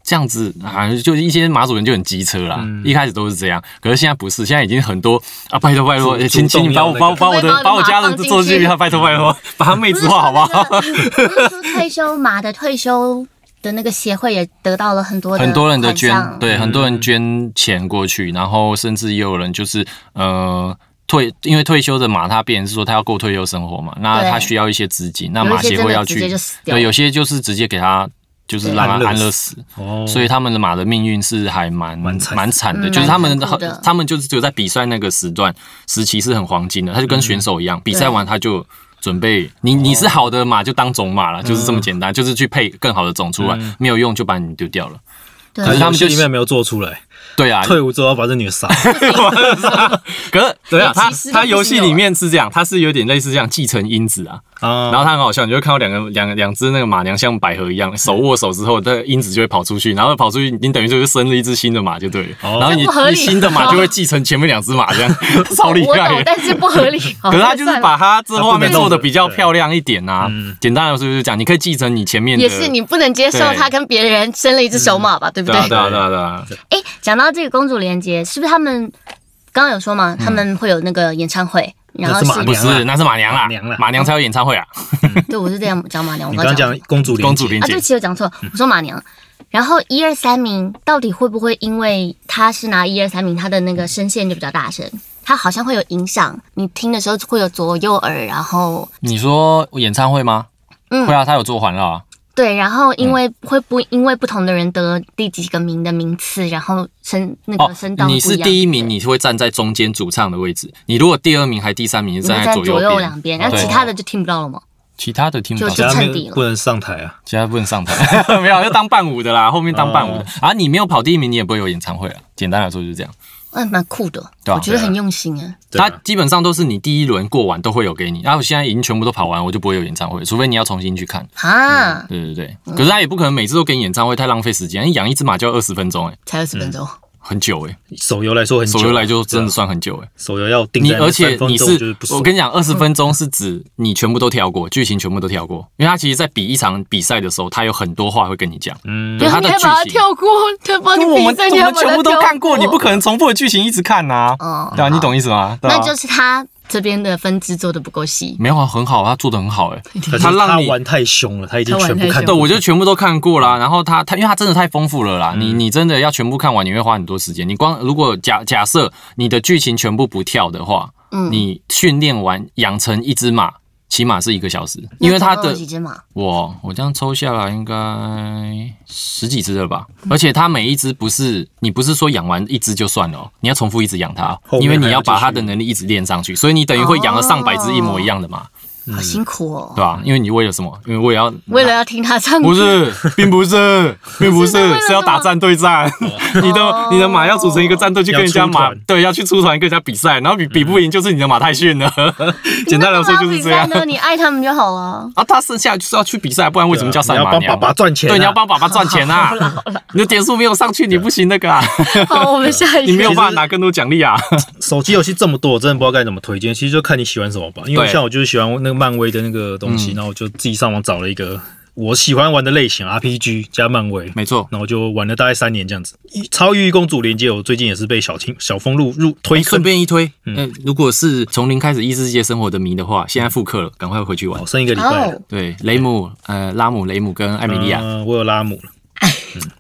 这样子啊，就是一些马主人就很机车啦、
嗯
一开始都是这样，可是现在不是，现在已经很多啊，拜托拜托，
主
欸请
主动
请你把我
要那个
把我把我
可不可以
的把
把
我
我的
家
马
人
放
做进去
进
啊，拜托拜托，把他妹子化好不 好？
不是说那个不是说退休马的退休的那个协会也得到了很多
很多人的
的
捐
款项，
嗯
对，很多人捐钱过去，然后甚至也有人就是呃。退，因为退休的马，他变成是说他要过退休生活嘛，那
对
他需要一些资金，那
有一
马
些
协
真
会
的
要
直
去
接就死掉
对，
了
有些就是直接给他，就是让
安
他
乐
安乐
死
死，
哦，
所以他们的马的命运是还蛮
蛮惨
蛮惨的，
嗯
就是他们
蛮残酷的
他们就是只有在比赛那个时段时期是很黄金的，他就跟选手一样，比赛完他就。准备你你是好嗯的马就当种马了，就是这么简单，就是去配更好的种出来，没有用就把你丢掉了。
对
嗯可是他们就
游戏里面没有做出来，
对啊，
退伍之后要把这女的 杀了。
可是对啊，他
其实都
他
不是
游戏
有
里
啊
面是这样，他是有点类似这样继承因子啊，
啊，
然后它很好笑，你就会看到两个两两只那个马娘像百合一样，手握手之后，那个因子就会跑出去，然后跑出去，你等于就是生了一只新的马就对了，
哦
然后你
这不合
你
理
新的马就会继承前面两只马，这 样超厉
我
害
懂，
的。
但是不合 理。可
可是他就是把它这画面做的比较
对
漂亮一点啊
嗯，
简单来说就是讲，你可以继承你前面的，
也是你不能接受
对
他跟别人生了一只小马吧，对不
对
对
啊？对啊对啊对啊，
哎，讲到这个公主连接，是不是他们刚刚有说嘛？他们会有那个演唱会，然后
那是马
是
娘
不是那是马娘
马
啦
娘啦，
马娘才有演唱会啊，
对我是这样讲马娘，我
你
刚
刚刚
讲
讲公主连
公主
结
连
啊，对
结
不，起，我讲错，
嗯
我说马娘。然后一二三名到底会不会因为他是拿一二三名，他的那个声线就比较大声，他好像会有影响，你听的时候会有左右耳，然后
你说演唱会吗？
嗯
会啊，他有做环绕啊，
对，然后因
嗯
为会不因为不同的人得第几个名的名次，然后声那
哦
个声道，
你是第一
一
名，你会站在中间主唱的位置；你如果第二名还第三名，是
样，
站
你在
左
左右
右
两
边。
边，
哦
然后
对
其他的就听不到了嘛。
其他的听不到，
就
其他
趁
没
底了
不能上台啊。
其他不能上台， 没有，就当伴舞的 啦。后面当伴舞的
哦
啊，你没有跑第一名，你也不会有演唱会啊。简单来说就是这样，
嗯，蛮酷的，
对啊
我觉得很用心啊。
对啊
它基本上都是你第一轮过完都会有给你。然后现在已经全部都跑完，我就不会有演唱会，除非你要重新去看。
啊，
对对对，可是他也不可能每次都给你演唱会，太浪费时间。养一只马就要二十分钟，哎，
才二十分钟，
很久哎，
手游来说很久，
手游来就真的算很久哎。
手游要定
你
在那
而且
三分
你
钟就是
是
不，
我
爽。
跟你讲，二十分钟是指你全部都跳过，剧情全部都跳过，因为他其实在比一场比赛的时候，他有很多话会跟你讲，
嗯
对他
你
的
还
剧
把它
情。
跳过，对吧？你
因为我们
比赛你
我
还
们
把它
全部都
跳
看过，你不可能重复的剧情一直看呐、
哦
对啊，你懂意思吗？对啊
那就是他这边的分支做的不够细，
没有啊，很好，他做的很好哎、
可是
他让
他
你
玩太凶了，他已经
他玩
全部
太
看
凶
对，
懂。
我就全部都看过啦。然后他他，因为他真的太丰富了
嗯
啦。你你真的要全部看完，你会花很多时间。你光如果假假设你的剧情全部不跳的话，嗯
嗯
嗯
你训练完养成一只马，起码是一个小时，因为
那
他
总共有
的
几只马，
我我这样抽下来应该十几只了吧？而且它每一只不是你不是说养完一只就算了、哦，你要重复一直养它哦
后，面
因为你要把
还要继
它
续
的能力一直练上去，所以你等于会养了上百只一模一样的
哦
嘛，
好辛苦哦
嗯对。吧？因为你为了什么？因为我也要
为了要听他唱歌，
不是，并不是，并不是
是为了，
是要打战对战。你的你的马要组成一个战队去跟人家
要
马
出团，
对，要去出团跟人家比赛，然后比比不赢就是你的马太逊了。 简单来说就是这
你干嘛
样
要比赛呢，你爱他们就好了。
啊，他剩下就是要去比赛，不然为什么叫
你
赛
要
马
帮
娘
爸？爸赚钱啊？
对，你要帮爸爸赚钱啊！ 你的点数没有上去，你不行那个啊，
好，我们下一
你没
个
有办法拿更多奖励啊。
手机游戏这么多，我真的不知道该怎么推荐。其实就看你喜欢什么吧，因为
对嗯
像我就是喜欢那个漫威的那个东西，然后我就自己上网找了一个我喜欢玩的类型 RPG 加漫威，
没错，
然后就玩了大概三年这样子。一超越公主连接，我最近也是被小青小风路入推
哎顺
坑。
便一推，嗯，如果是从零开始异世界生活的迷的话，现在复刻了，赶快回去玩
哦，。剩一个礼拜了
哦。，
对，雷姆，呃，拉姆，雷姆跟艾米莉亚，
嗯我有拉姆了，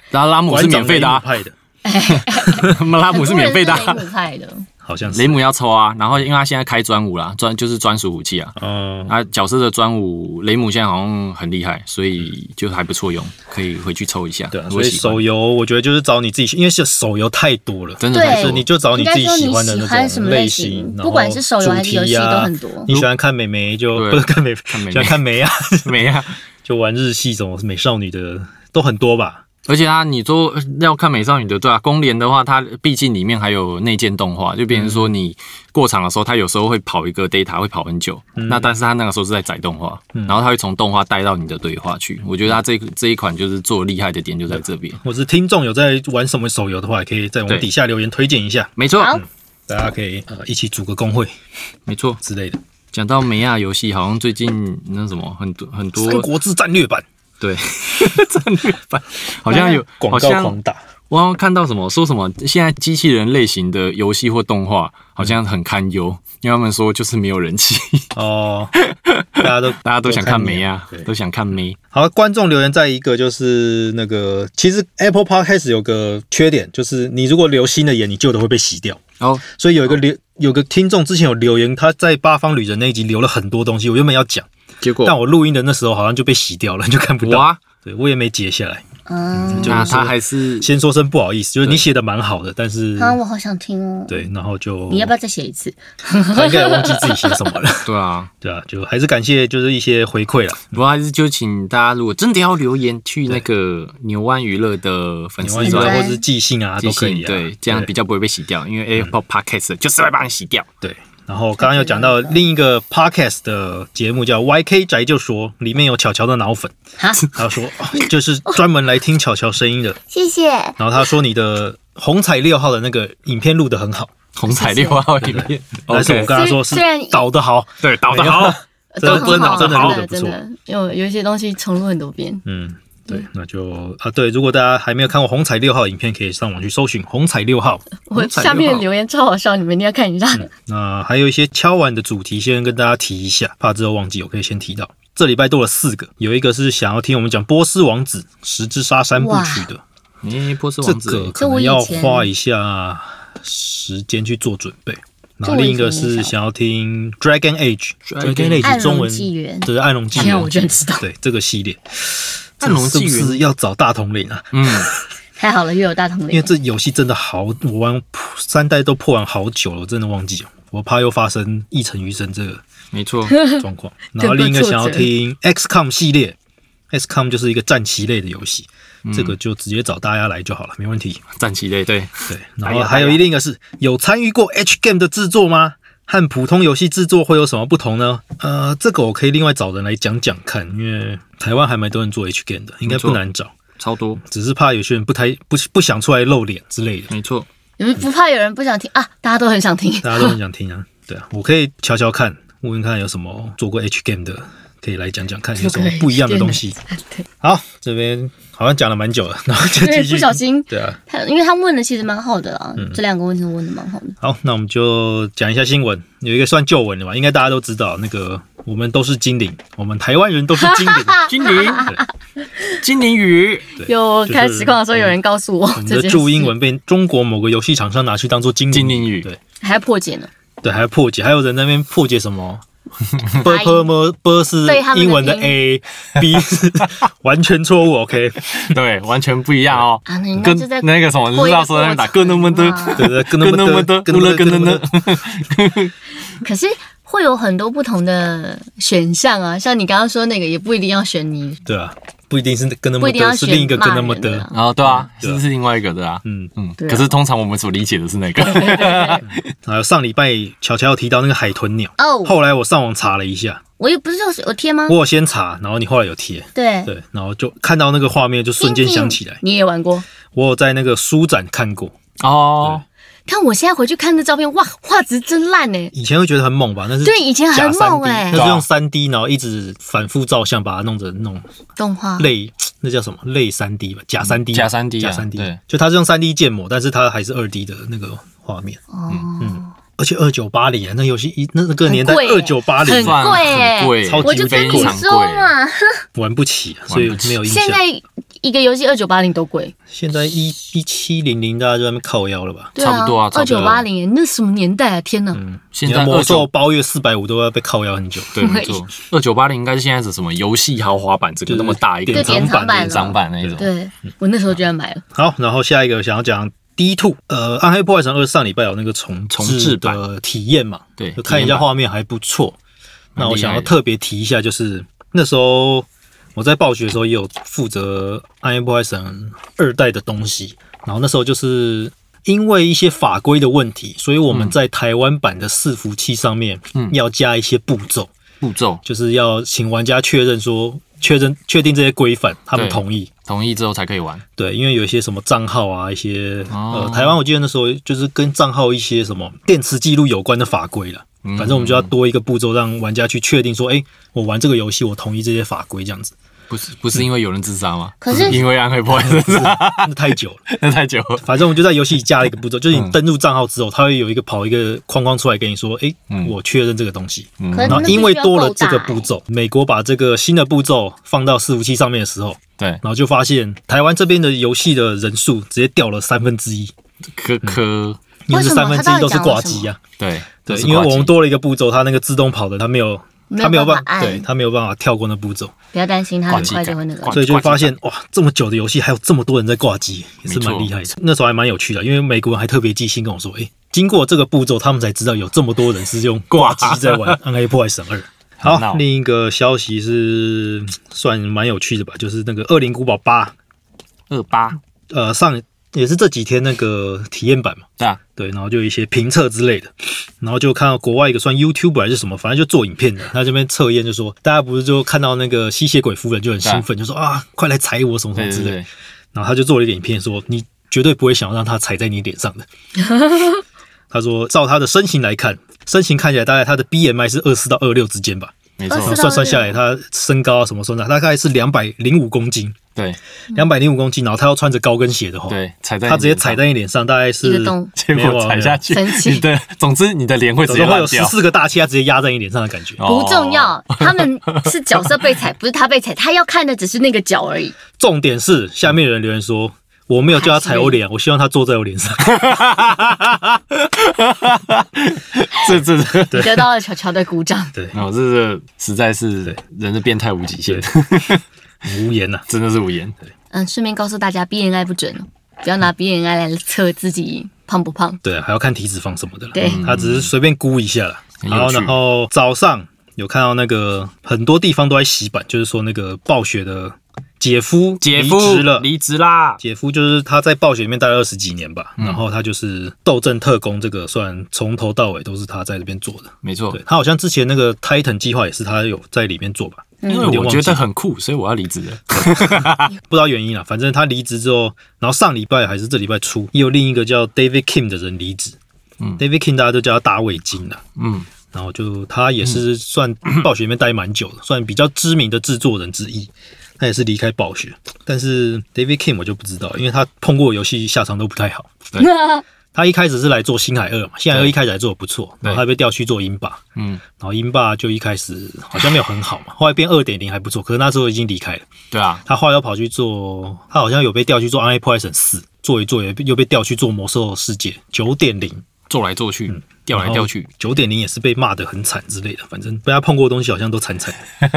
然后拉姆是免费的 啊
馆，长雷姆派的，
拉姆是免费的 啊、
很多人是雷姆派 的，
好像是
雷姆要抽啊，然后因为他现在开专武啦，专就是专属武器啊。
哦，
啊，角色的专武雷姆现在好像很厉害，所以就还不错用，可以回去抽一下。
对啊，
如果
所以
喜欢
手游我觉得就是找你自己喜，因为是手游太多了。
真的
对
太多
是你就找
哎应
你
该
自己
说你
欢的
喜
那
欢什
种
么
类
类型
型，
不管是手游还是游戏
然后主题啊
都很多
你喜欢看美眉就
对
不是看美，
看美 眉
喜欢看美啊，
没啊。
就玩日系这种美少女的都很多吧。
而且啊，你做要看美少女的，对啊，公联的话，它毕竟里面还有内建动画，就变
嗯
成说你过场的时候，它有时候会跑一个 data，会跑很久。
嗯
那但是它那个时候是在载动画，然后它会从动画带到你的对话去。
嗯
我觉得它这这一款就是做厉害的点就在这边，
或是听众有在玩什么手游的话，也可以在我们
对
底下留言推荐一下，
没错，
好
大家可以呃一起组个工会
没错。
之类的。
讲到美亚游戏，好像最近那什么很多很多
三国志战略版
对战略版， 好像有
广
好
告
像
狂打，
我好像看到什么说什么，现在机器人类型的游戏或动画好像很堪忧，因为他们说就是没有 人气，
哦，大家都
大家都想看梅啊
对，
都想看梅。
好，观众留言再一个就是那个，其实 Apple Podcast 有个缺点，就是你如果留新的言，你旧的会被洗掉。
然后
所以有一个留有个听众之前有留言，他在八方旅人那一集留了很多东西，我原本要讲，
结果
但我录音的那时候好像就被洗掉了，就看不
我
到。
啊，
对我也没截下来。
嗯，
就是
那他
说
还是
先说声不好意思，就是你写的蛮好的，但是
啊，我好想听哦。
对，然后就
你要不要再写一 次？
他应该也忘记自己写什么了，
对啊，
对啊，就还是感谢就是一些回馈啦。
不过还是就请大家如果真的要留言，去那个牛湾娱乐的粉
你
丝
万一
专
或
页
者是寄信啊
寄
都可
信
以，啊，
对，这样比较不会被洗掉，因为 Apple Podcast 就是会帮你洗 掉。
对。然后刚刚有讲到另一个 podcast 的节目 叫 YK 宅就说，里面有巧巧的脑粉，
好，
他说就是专门来听巧巧声音的。
谢谢。
然后他说你的红彩六号的那个影片录的很好，
红彩六号里面
但是我哎跟他说是
虽然虽然
导的好，
对导的好，
真的
都很
真的
好啊
真的录的不
真
错。
的，因为有一些东西重录很多遍。
嗯，对，那就啊，对，如果大家还没有看过红彩六号影片，可以上网去搜寻红彩六号。
我下面的留言超好笑，你们一定要看一下。
嗯
那还有一些敲碗的主题，先跟大家提一下，怕之后忘记，我可以先提到。这礼拜多了四个，有一个是想要听我们讲波斯王子十之沙三部曲的，
诶，波斯
这
王
个
子，
可能要花一下时间去做准备。然后另一个是想要听 Dragon Age，Dragon
Dragon
Age 中文
暗龙纪元
对《暗龙纪
天
元
啊，我居然知道，
对这个系列，
暗龙
这
纪元
是不是要找大统领啊？
嗯，
太好了，又有大同
因为
龄。
这游戏真的好，我玩三代都破完好久了，我真的忘记了，我怕又发生一城余生这个
没错，
状况。然后另一个想要听 XCOM 系列，XCOM 就是一个战棋类的游戏，这个就直接找大家来就好了，没问题。
战旗类对，
对，然后还有另一个是有参与过 H game 的制作吗？和普通游戏制作会有什么不同呢？呃，这个我可以另外找人来讲讲看，因为台湾还蛮多人做 H game 的，应该不
没错
难找，
超多，
只是怕有些人不太不不想出来露脸之类的。
没 错，
你们不怕有人不想听啊？大家都很想听。
大家都很想听啊。 对啊，我可以瞧瞧看，问问看有什么做过 H game 的，可以来讲讲看有什么不一样的东西。
啊
好，这边好像讲了蛮久了，然后就
对，
继续
不。小心，
对啊，
他因为他问的其实蛮好的
嗯
啊，这两个问题都问的蛮好的。
好，那我们就讲一下新闻，有一个算旧闻的吧，应该大家都知道，那个我们都是精灵，我们台湾人都是精灵，
精灵，精灵鱼，
对
有
就是
看实况的时候，有人告诉我
我们
这
的
件
注英
事，
文被中国某个游戏厂商拿去当做精灵
精灵语
对
还破解呢。
对，还有破解，还有人在那边破解 什么。b p m b 是
对他们的
英文的 a，b 是 完全错误。OK，
对，完全不一样哦。
啊，那应该
跟
就在
那个什么，
过
日
一
道说在那边打
过
各
程
那么的，
啊
对对，跟
各那么的，
跟
跟那么的，
可是会有很多不同的选项啊，像你刚刚说那个，也不一定要选你，
对啊，不一定是跟那
不
么
一定要
的，是
选
另一个跟那么
骂人的
的，
啊
然后对啊，
对啊
是是另外一个对啊，
嗯，啊
嗯，
对啊
可是通常我们所理解的是那个，
还有上礼拜巧巧有提到那个海豚鸟，
哦，
后来我上网查了一下，
我也不是就是我贴吗
我？有先查，然后你后来有贴，
对，
对，然后就看到那个画面就瞬间想起来，
你也玩过。
我有在那个书展看过，
哦，
看我现在回去看那照片，哇，画质真烂哎！
以前会觉得很猛吧，那是
对，以前
假
很
三
猛
D，
哎
那，
啊
是用三 D，然后一直反复照相把它弄成那种
动画。
类。那叫什么类三 D 吧，假三 D，
假 3D 啊
假三 D，
对
就它是用三 D 建模，但是它还是二 D 的那个画面，
哦，
嗯而且二九八零啊，那游戏一那个年代
很
二
贵欸
九八零
很
算
贵欸
很贵，
超级
我就跟
非
你
常贵
说。嘛，
玩不起，啊所以没有印象。
现在一个游戏二九八零都贵，
现在一一七零零，大家就在那边靠腰了吧？
对啊
差不多啊差
二
不多
九八零那什么年代啊？天哪！
现
你看
在
魔
二
兽
九
包月四百五都要被靠腰很久。
对，没错，二九八零应该是现在是什么游戏豪华版，这个那么大一个
典
对典藏
藏
版
版
了
的。
长版那一种，
对我那时候居然买了，
好，然后下一个想要讲 D two，呃，《暗黑破坏神二》上礼拜有那个重
重
置
置版
的体验嘛？
对
就看一
体
下
验版
画面还不错。那我想要
蛮厉害的
特别提一下，就是那时候我在暴雪的时候也有负责《暗黑破坏神二代》的东西，然后那时候就是。因为一些法规的问题，所以我们在台湾版的伺服器上面
嗯
要加一些步骤，
步骤
就是要请玩家确认说，确认确定这些规范，他们
对
同意。
同意之后才可以玩。
对，因为有一些什么账号啊，一些、
哦
呃，台湾我记得那时候就是跟账号一些什么电池记录有关的法规了。
嗯
反正我们就要多一个步骤，让玩家去确定说，哎、我玩这个游戏，我同意这些法规，这样子，
不是不是因为有人自杀吗？
可是
不因为暗黑破坏自杀，
那太 久了。
那太久了。
反正我们就在游戏里加了一个步
嗯
骤，就是你登录账号之后，它会有一个跑一个框框出来跟你说，哎、
嗯
我确认这个东西。
可
然
是
后
那
嗯因为
必须要
多了
够
这个
大欸
步骤，美国把这个新的步骤放到伺服器上面的时候，
对，
然后就发现台湾这边的游戏的人数直接掉了三分之一，
科科
因为这
为什
三
么
分之一都是挂机啊。
对
嗯对，
都是
因为
挂机
我们多了一个步骤，它那个自动跑的它没有他没有办
法，
对他没有办法跳过那步骤，
不要担心，他很快就会那个
挂。
所以就会发现哇，这么久的游戏还有这么多人在挂机，也是蛮
没错
厉害的。那时候还蛮有趣的，因为美国人还特别寄信跟我说，诶、经过这个步骤，他们才知道有这么多人是用挂机在 玩《暗黑破坏神二》。
很闹
好，另一个消息是算蛮有趣的吧，就是那个《恶灵古堡八》，
二八，
呃，上也是这几天那个体验版嘛，
对啊，
对，然后就有一些评测之类的，然后就看到国外一个算 YouTube 还是什么，反正就做影片的，他这边测验就说，大家不是就看到那个吸血鬼夫人就很兴奋，就说啊，快来踩我什么什
对
么之
对
类的
对，
然后他就做了一点影片说，你绝对不会想要让他踩在你脸上 的。他说，照他的身形来看，身形看起来大概他的 BMI 是二四到二六之间吧，
没
二
然后
十
错
四，
算算下来他身高啊什么算上，大概是两百零五公斤，
对
两百零五公斤，然后他要穿着高跟鞋的话，
嗯对，踩在
他直接踩
在，
在你脸上，大概
一
是
个洞
结
没有
果
啊
踩下去
没有生，气
你的，总之你的脸会直
有
接
时候会
烂
有十
掉，
四个大气压直接压在你脸上的感觉。
哦
不重要， 他们是角色被踩，不是他被踩，他要看的只是那个脚而已。
重点是下面有人留言说。我没有叫他踩我
哦
脸，我希望他坐在我脸 上。
这这这，
你得到了乔乔的鼓掌，
对，
哦，这这实在是人的变态无极限，
无言啊呐、
真的是无言。
嗯，顺便告诉大家，BNI 不准哦，不要拿 BNI 来测自己胖不胖。
对，啊还要看体脂肪什么的啦。
对
他只是随便估一下啦。
很有
然后，
趣
然后早上有看到那个很多地方都在洗版，就是说那个暴雪的姐夫
姐
离
夫
职了。
离职啦，
姐夫就是他在暴雪里面待了二十几年吧，
嗯
然后他就是斗阵特工这个，算从头到尾都是他在这边做的。
没错
对，他好像之前那个 Titan 计划也是他有在里面做吧，
嗯
因为我觉得很酷，所以我要离职了。
不知道原因啊啦。反正他离职之后，然后上礼拜还是这礼拜初，也有另一个叫 David Kim 的人离职。
嗯
David Kim 大家都叫他大卫金啦。
嗯，
然后就他也是 算暴雪里面待蛮久的，算比较知名的制作人之一。他也是离开暴雪，但是 David Kim 我就不知道，因为他碰过的游戏下场都不太好。他一开始是来做星海二嘛，星海二
对
一开始还做的不错，然后他被调去做英霸，
嗯
然后英霸就一开始好像没有很好嘛，后来变二点零还不错，可是那时候已经离开了。
对啊，
他后来又跑去做，他好像有被调去做《暗黑破坏神四》，做一做也又被调去做《魔兽世界九点零》，
做来做
嗯
去，调来调去，，
九点零也是被骂得很惨之类的，反正被他碰过的东西好像都惨惨的。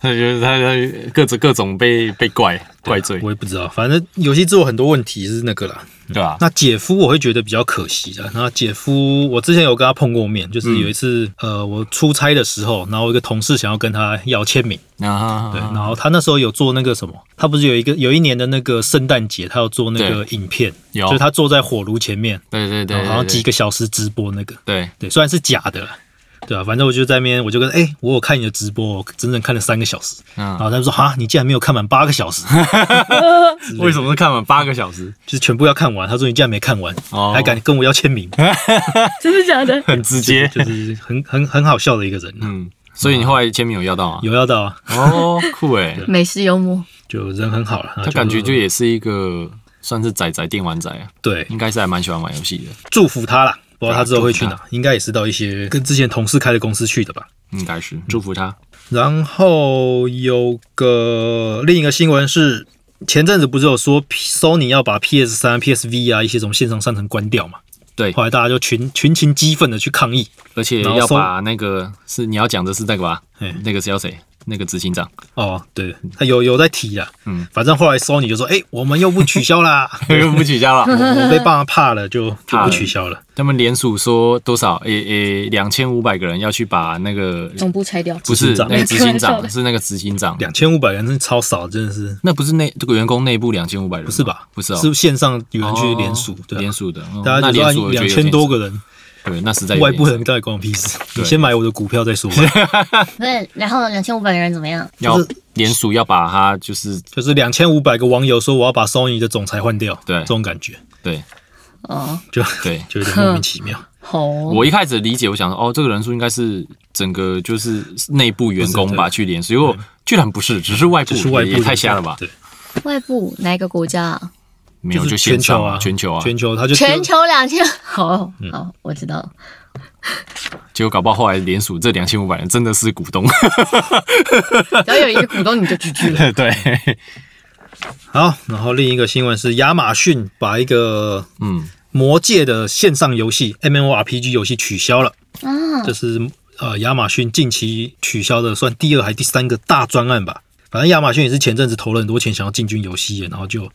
他觉得他他各种各种被被怪怪罪，
啊我也不知道，反正游戏制作很多问题是那个啦。
对啊，
那姐夫我会觉得比较可惜的。那姐夫，我之前有跟他碰过面，就是有一次，
嗯
呃，我出差的时候，然后一个同事想要跟他要签名，
啊，
对，然后他那时候有做那个什么，他不是有一个有一年的那个圣诞节，他要做那个影片，
有
就是他坐在火炉前面，
对对
然
对，
后好像
对
几个小时直播那个，
对，
对，虽然是假的啦，对啊，反正我就在那边，我就跟哎、我有看你的直播，我整整看了三个小时，然
嗯，
后他就说哈，你竟然没有看满八个小时，
为什么是看完八个小时？
就是全部要看完，他说你竟然没看完，
哦
还敢跟我要签名，
真的假的？
很直接，
就是很很很好笑的一个人啊、
嗯，所以你后来签名有要到吗？
有要到啊，
哦，酷诶，
美式幽默，
就人很好了，
他感觉就也是一个算是仔仔电玩仔啊，
对，
应该是还蛮喜欢玩游戏的，
祝福他啦。不知道他之后会去
祝
哪，应该也是到一些跟之前同事开的公司去的吧。
应该
嗯
是祝福他。
然后有个另一个新闻是，前阵子不是有说 P- Sony 要把 PS 三、PSV 啊一些什么线上商城关掉嘛？
对
后来大家就群群情激愤的去抗议。
而且
然后
要
搜
把那个是你要讲的是那个吧
嘿？
那个是要谁？那个执 行长，
哦，对，他有有在提啦。
嗯，
反正后来 Sony 就说，哎、我们又不取消 啦，
又不取消了。
我们被爸妈怕了，就就
怕
不
了
取消了。
他们联署说多少？诶诶，两千五百个人要去把那个
总部拆掉。
不
执行
是
长
那个执
开
行
玩笑
长
的
是那个执行长，
两千五百人真是超少，真的是
那不是内这个员工内部两千五百人不
是吧？
不是哦，
是线上有人去联署，
哦
对啊、
联署的，哦
大家就
那联
说
署
啊两千多个
人，
人，
对，那实在有
外
点
部人到底关我屁事？你
对
先买我的股票再说吧。
不是，然后两千五百个人怎么样？
要
就是
联署要把他就是
就是两千五百个网友说我要把 Sony 的总裁换掉，
对
这种感觉
对
哦，
就
对
就有点莫名其妙。
好哦，
我一开始理解，我想说，哦，这个人数应该是整个就是内部员工吧去联署，结果居然不是，只是外部，
只是外部
也
的
也太瞎了吧？
对，
外部哪一个国家啊？
没有，
是
就
全
线
球
上
啊，
全球啊，
全球他就
全球两千， 嗯好好，我知道了。
结果搞不好后来联署这两千五百人真的是股 东，
只要有一个股东，你就 GG 了。
对，
好。然后另一个新闻是亚马逊把一个
嗯，
哦
魔界的线上游戏 MMORPG 游戏取消了，这是呃亚马逊近期取消的算第二还第三个大专案吧。反正亚马逊也是前阵子投了很多钱想要进军游戏业，然后就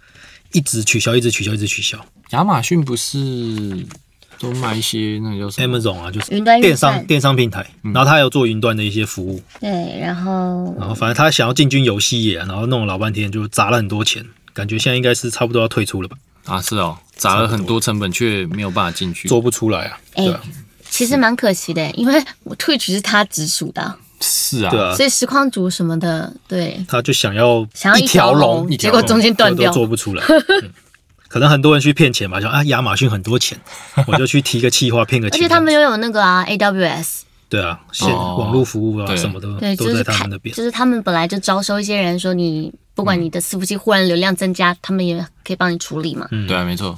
一直取消，一直取消，一直取消。
亚马逊不是都卖一些那个叫什么？
Amazon 啊，就是
云端运
电
算
商电商平台，然后他还有做云端的一些服务，
对，然后
然后反正他想要进军游戏业啊，然后弄了老半天就砸了很多钱，感觉现在应该是差不多要退出了吧，
啊，是哦，砸了很多成本却没有办法进去。
做不出来啊，
哎
对啊，
其实蛮可惜的，因为我 Twitch 是他直属的嗯啊，
是啊，
对啊，
所以实况组什么的，对，
他就想要
想要一
条
条
龙，
结果中间断
都
掉，
做不出来。嗯可能很多人去骗钱吧，想啊亚马逊很多钱，我就去提个气话骗个
而
钱。
且他们又有那个啊 AWS，
对啊，现
哦
网络服务啊
对
什么
嗯
的
对，
都
就是
在他
开
们那，边。
就是他们本来就招收一些人，说你不管你的伺服器忽然流量增
嗯
加，他们也可以帮你处理嘛。
对啊，没错，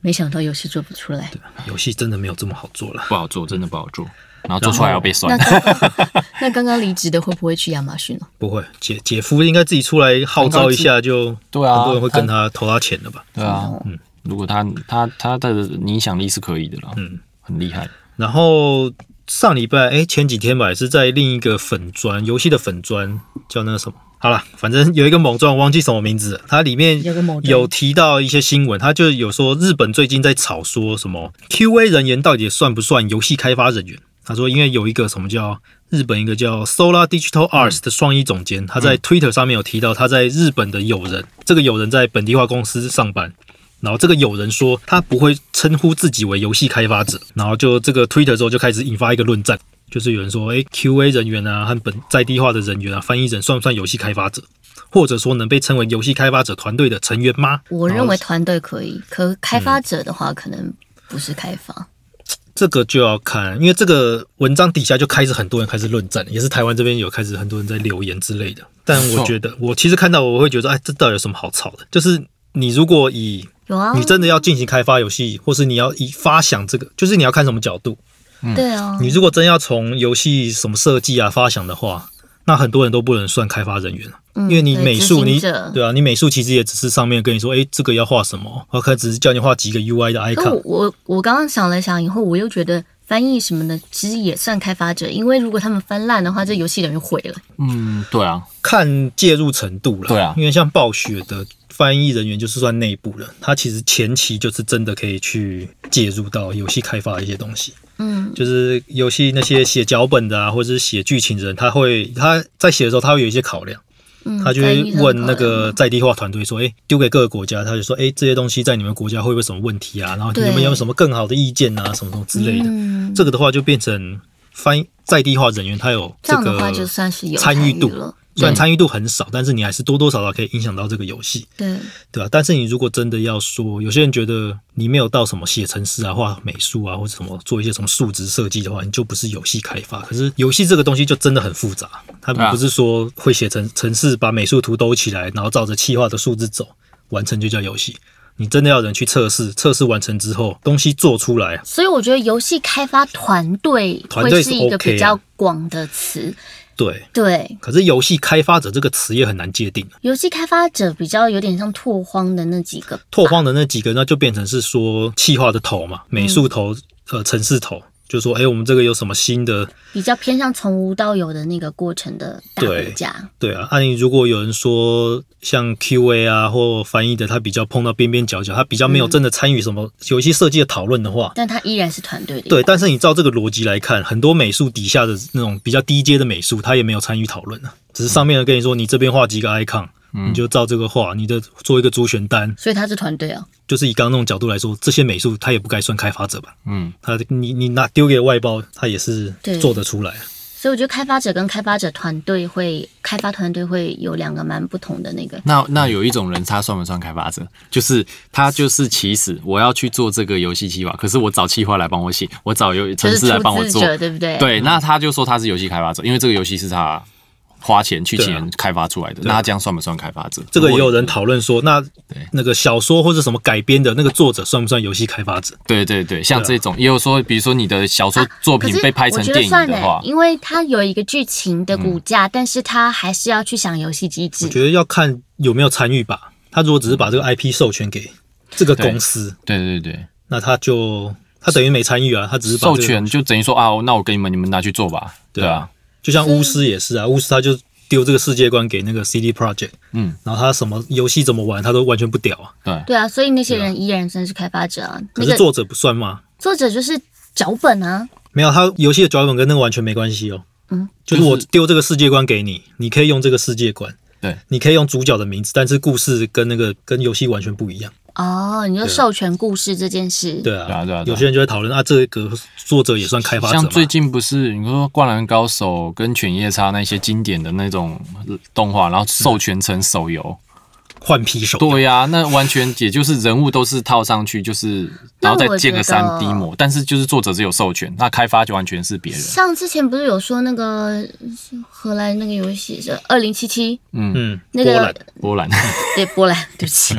没想到游戏做不出来。
游戏真的没有这么好做了。
不好做，真的不好做，然后做出来要被
那
酸。
刚刚那刚刚离职的会不会去亚马逊呢？
不会，姐姐夫应该自己出来号召一下，就
对啊
很多人会跟他投他钱的吧。
对啊，嗯，如果他他他的影响力是可以的啦，嗯，很厉害。
然后上礼拜，哎，前几天吧，也是在另一个粉砖游戏的粉砖，叫那个什么？好了，反正有一个某专，我忘记什么名字了。它里面
有个某专
有提到一些新闻，它就有说日本最近在吵说什么 QA 人员到底算不算游戏开发人员？他说，因为有一个什么叫日本一个叫 Solar Digital Arts 的双一总监，
嗯
他在 Twitter 上面有提到他在日本的友人，这个友人在本地化公司上班，然后这个友人说他不会称呼自己为游戏开发者，然后就这个 Twitter 之后就开始引发一个论战，就是有人说，诶 q a 人员啊和本在地化的人员啊，翻译人算不算游戏开发者？或者说能被称为游戏开发者团队的成员吗？
我认为团队可以，可开发者的话可能不是开发。
这个就要看，因为这个文章底下就开始很多人开始论战，也是台湾这边有开始很多人在留言之类的。但我觉得，我其实看到我会觉得，哎，这到底有什么好吵的？就是你如果以
有啊，
你真的要进行开发游戏，或是你要以发想这个，就是你要看什么角度。
对啊，
嗯你如果真要从游戏什么设计啊发想的话，那很多人都不能算开发人员了。因为你
嗯对
美
执
术，
行
你
者
对啊，你美术其实也只是上面跟你说，哎，这个要画什么，哦我可能只是叫你画几个 UI 的
可
icon，
哦
我我我刚刚想了想以后，我又觉得翻译什么的其实也算开发者，因为如果他们翻烂的话，这游戏等于毁了。
嗯，对啊，
看介入程度了。
对啊
因为像暴雪的翻译人员就是算内部人，他其实前期就是真的可以去介入到游戏开发的一些东西。
嗯，
就是游戏那些写脚本的啊，或者是写剧情的人，他会他在写的时候，他会有一些考量，
嗯
他就
翻
会
译上的
问那
考
个
量
在地化团队说，诶，丢给各个国家，他就说，诶，这些东西在你们国家会不会有什么问题啊？然后你
对
们有没有什么更好的意见啊，什么什么之类的。
嗯，
这个的话就变成翻译在地化人员，他有
这样
个
的话就算是有
参
与
度，
了。
虽然参与度很少，但是你还是多多少少可以影响到这个游戏。
对，
对啊，但是你如果真的要说，有些人觉得你没有到什么写程式啊、画美术啊，或者什么做一些什么数值设计的话，你就不是游戏开发。可是游戏这个东西就真的很复杂，它
对啊
不是说会写成程式，把美术图兜起来，然后照着企划的数字走，完成就叫游戏。你真的要有人去测试，测试完成之后，东西做出来，
所以我觉得游戏开发团队
团队
会
是
是一个
OK 啊
比较广的词。
对。
对，
可是游戏开发者这个词也很难界定，
游戏开发者比较有点像拓荒的那几个，
拓荒的那几个，那就变成是说企划的头嘛，美术头，呃，城市头，就说，哎、我们这个有什么新的
比较偏向从无到有的那个过程的大
对
国家。
对啊，那、你如果有人说像 QA 啊或翻译的，他比较碰到边边角角，他比较没有真的参与什么游戏设计的讨论的话，
但它依然是团队的，
对。，但是你照这个逻辑来看，很多美术底下的那种比较低阶的美术，他也没有参与讨论啊，只是上面的跟你说，你这边画几个 icon，、你就照这个画，你的做一个主选单，
所以他是团队啊。
就是以刚刚那种角度来说，这些美术他也不该算开发者吧？
嗯，
他你你拿丢给外包，他也是
对
做得出来。
所以我觉得开发者跟开发者团队会，开发团队会有两个蛮不同的那个。
那那有一种人，他算不算开发者？就是他就是起始，我要去做这个游戏计划，可是我找企划来帮我写，我找游
就
城
是
市来帮我
出资
做，
者，对不对？，
对，那他就说他是游戏开发者，因为这个游戏是他花钱去
对啊
钱开发出来的，那他这样算不算开发者？
这个
如
也
果
有人讨论说，那
对
那个小说或者什么改编的那个作者算不算游戏开发者？
对对对，
啊
像这种也有说，比如说你的小说作
啊可
品
是
被拍
我
成
觉得
电影
算欸
的
了，
话，嗯
因为它有一个剧情的骨架，但是它还是要去想游戏机
我
制。
觉得要看有没有参与吧。他如果只是把这个 IP 授权给这个公司，
对对对，
那他就他等于没参与啊，他只是把
授
这个
权就等于说啊，那我给你们，你们拿去做吧，对啊，
就像巫师也是啊，巫师他就丢这个世界观给那个 CD Project，
嗯，
然后他什么游戏怎么玩，他都完全不屌啊。
对，
对啊，所以那些人依然算是开发者啊。
可
那
是
个
作者不算吗？
作者就是脚本啊，
没有，他游戏的脚本跟那个完全没关系哦。
嗯，
就是我
就是
丢这个世界观给你，你可以用这个世界观，
对，
你可以用主角的名字，但是故事跟那个跟游戏完全不一样。
哦，你说授权故事这件事，
啊对啊，
对啊对啊对啊
有些人就会讨论啊，这个作者也算开发者
像
嘛？
最近不是你说《灌篮高手》跟《犬夜叉》那些经典的那种呃动画，然后授权成手游，
嗯
换皮手，
对呀、那完全也就是人物都是套上去，就是然后再建
那我觉
个
得
三 D 模，但是就是作者只有授权，那开发就完全是别人。
像之前不是有说那个荷兰那个游戏是二零七七
嗯，
那
波兰
个哦
波兰，
对波兰，对不 起，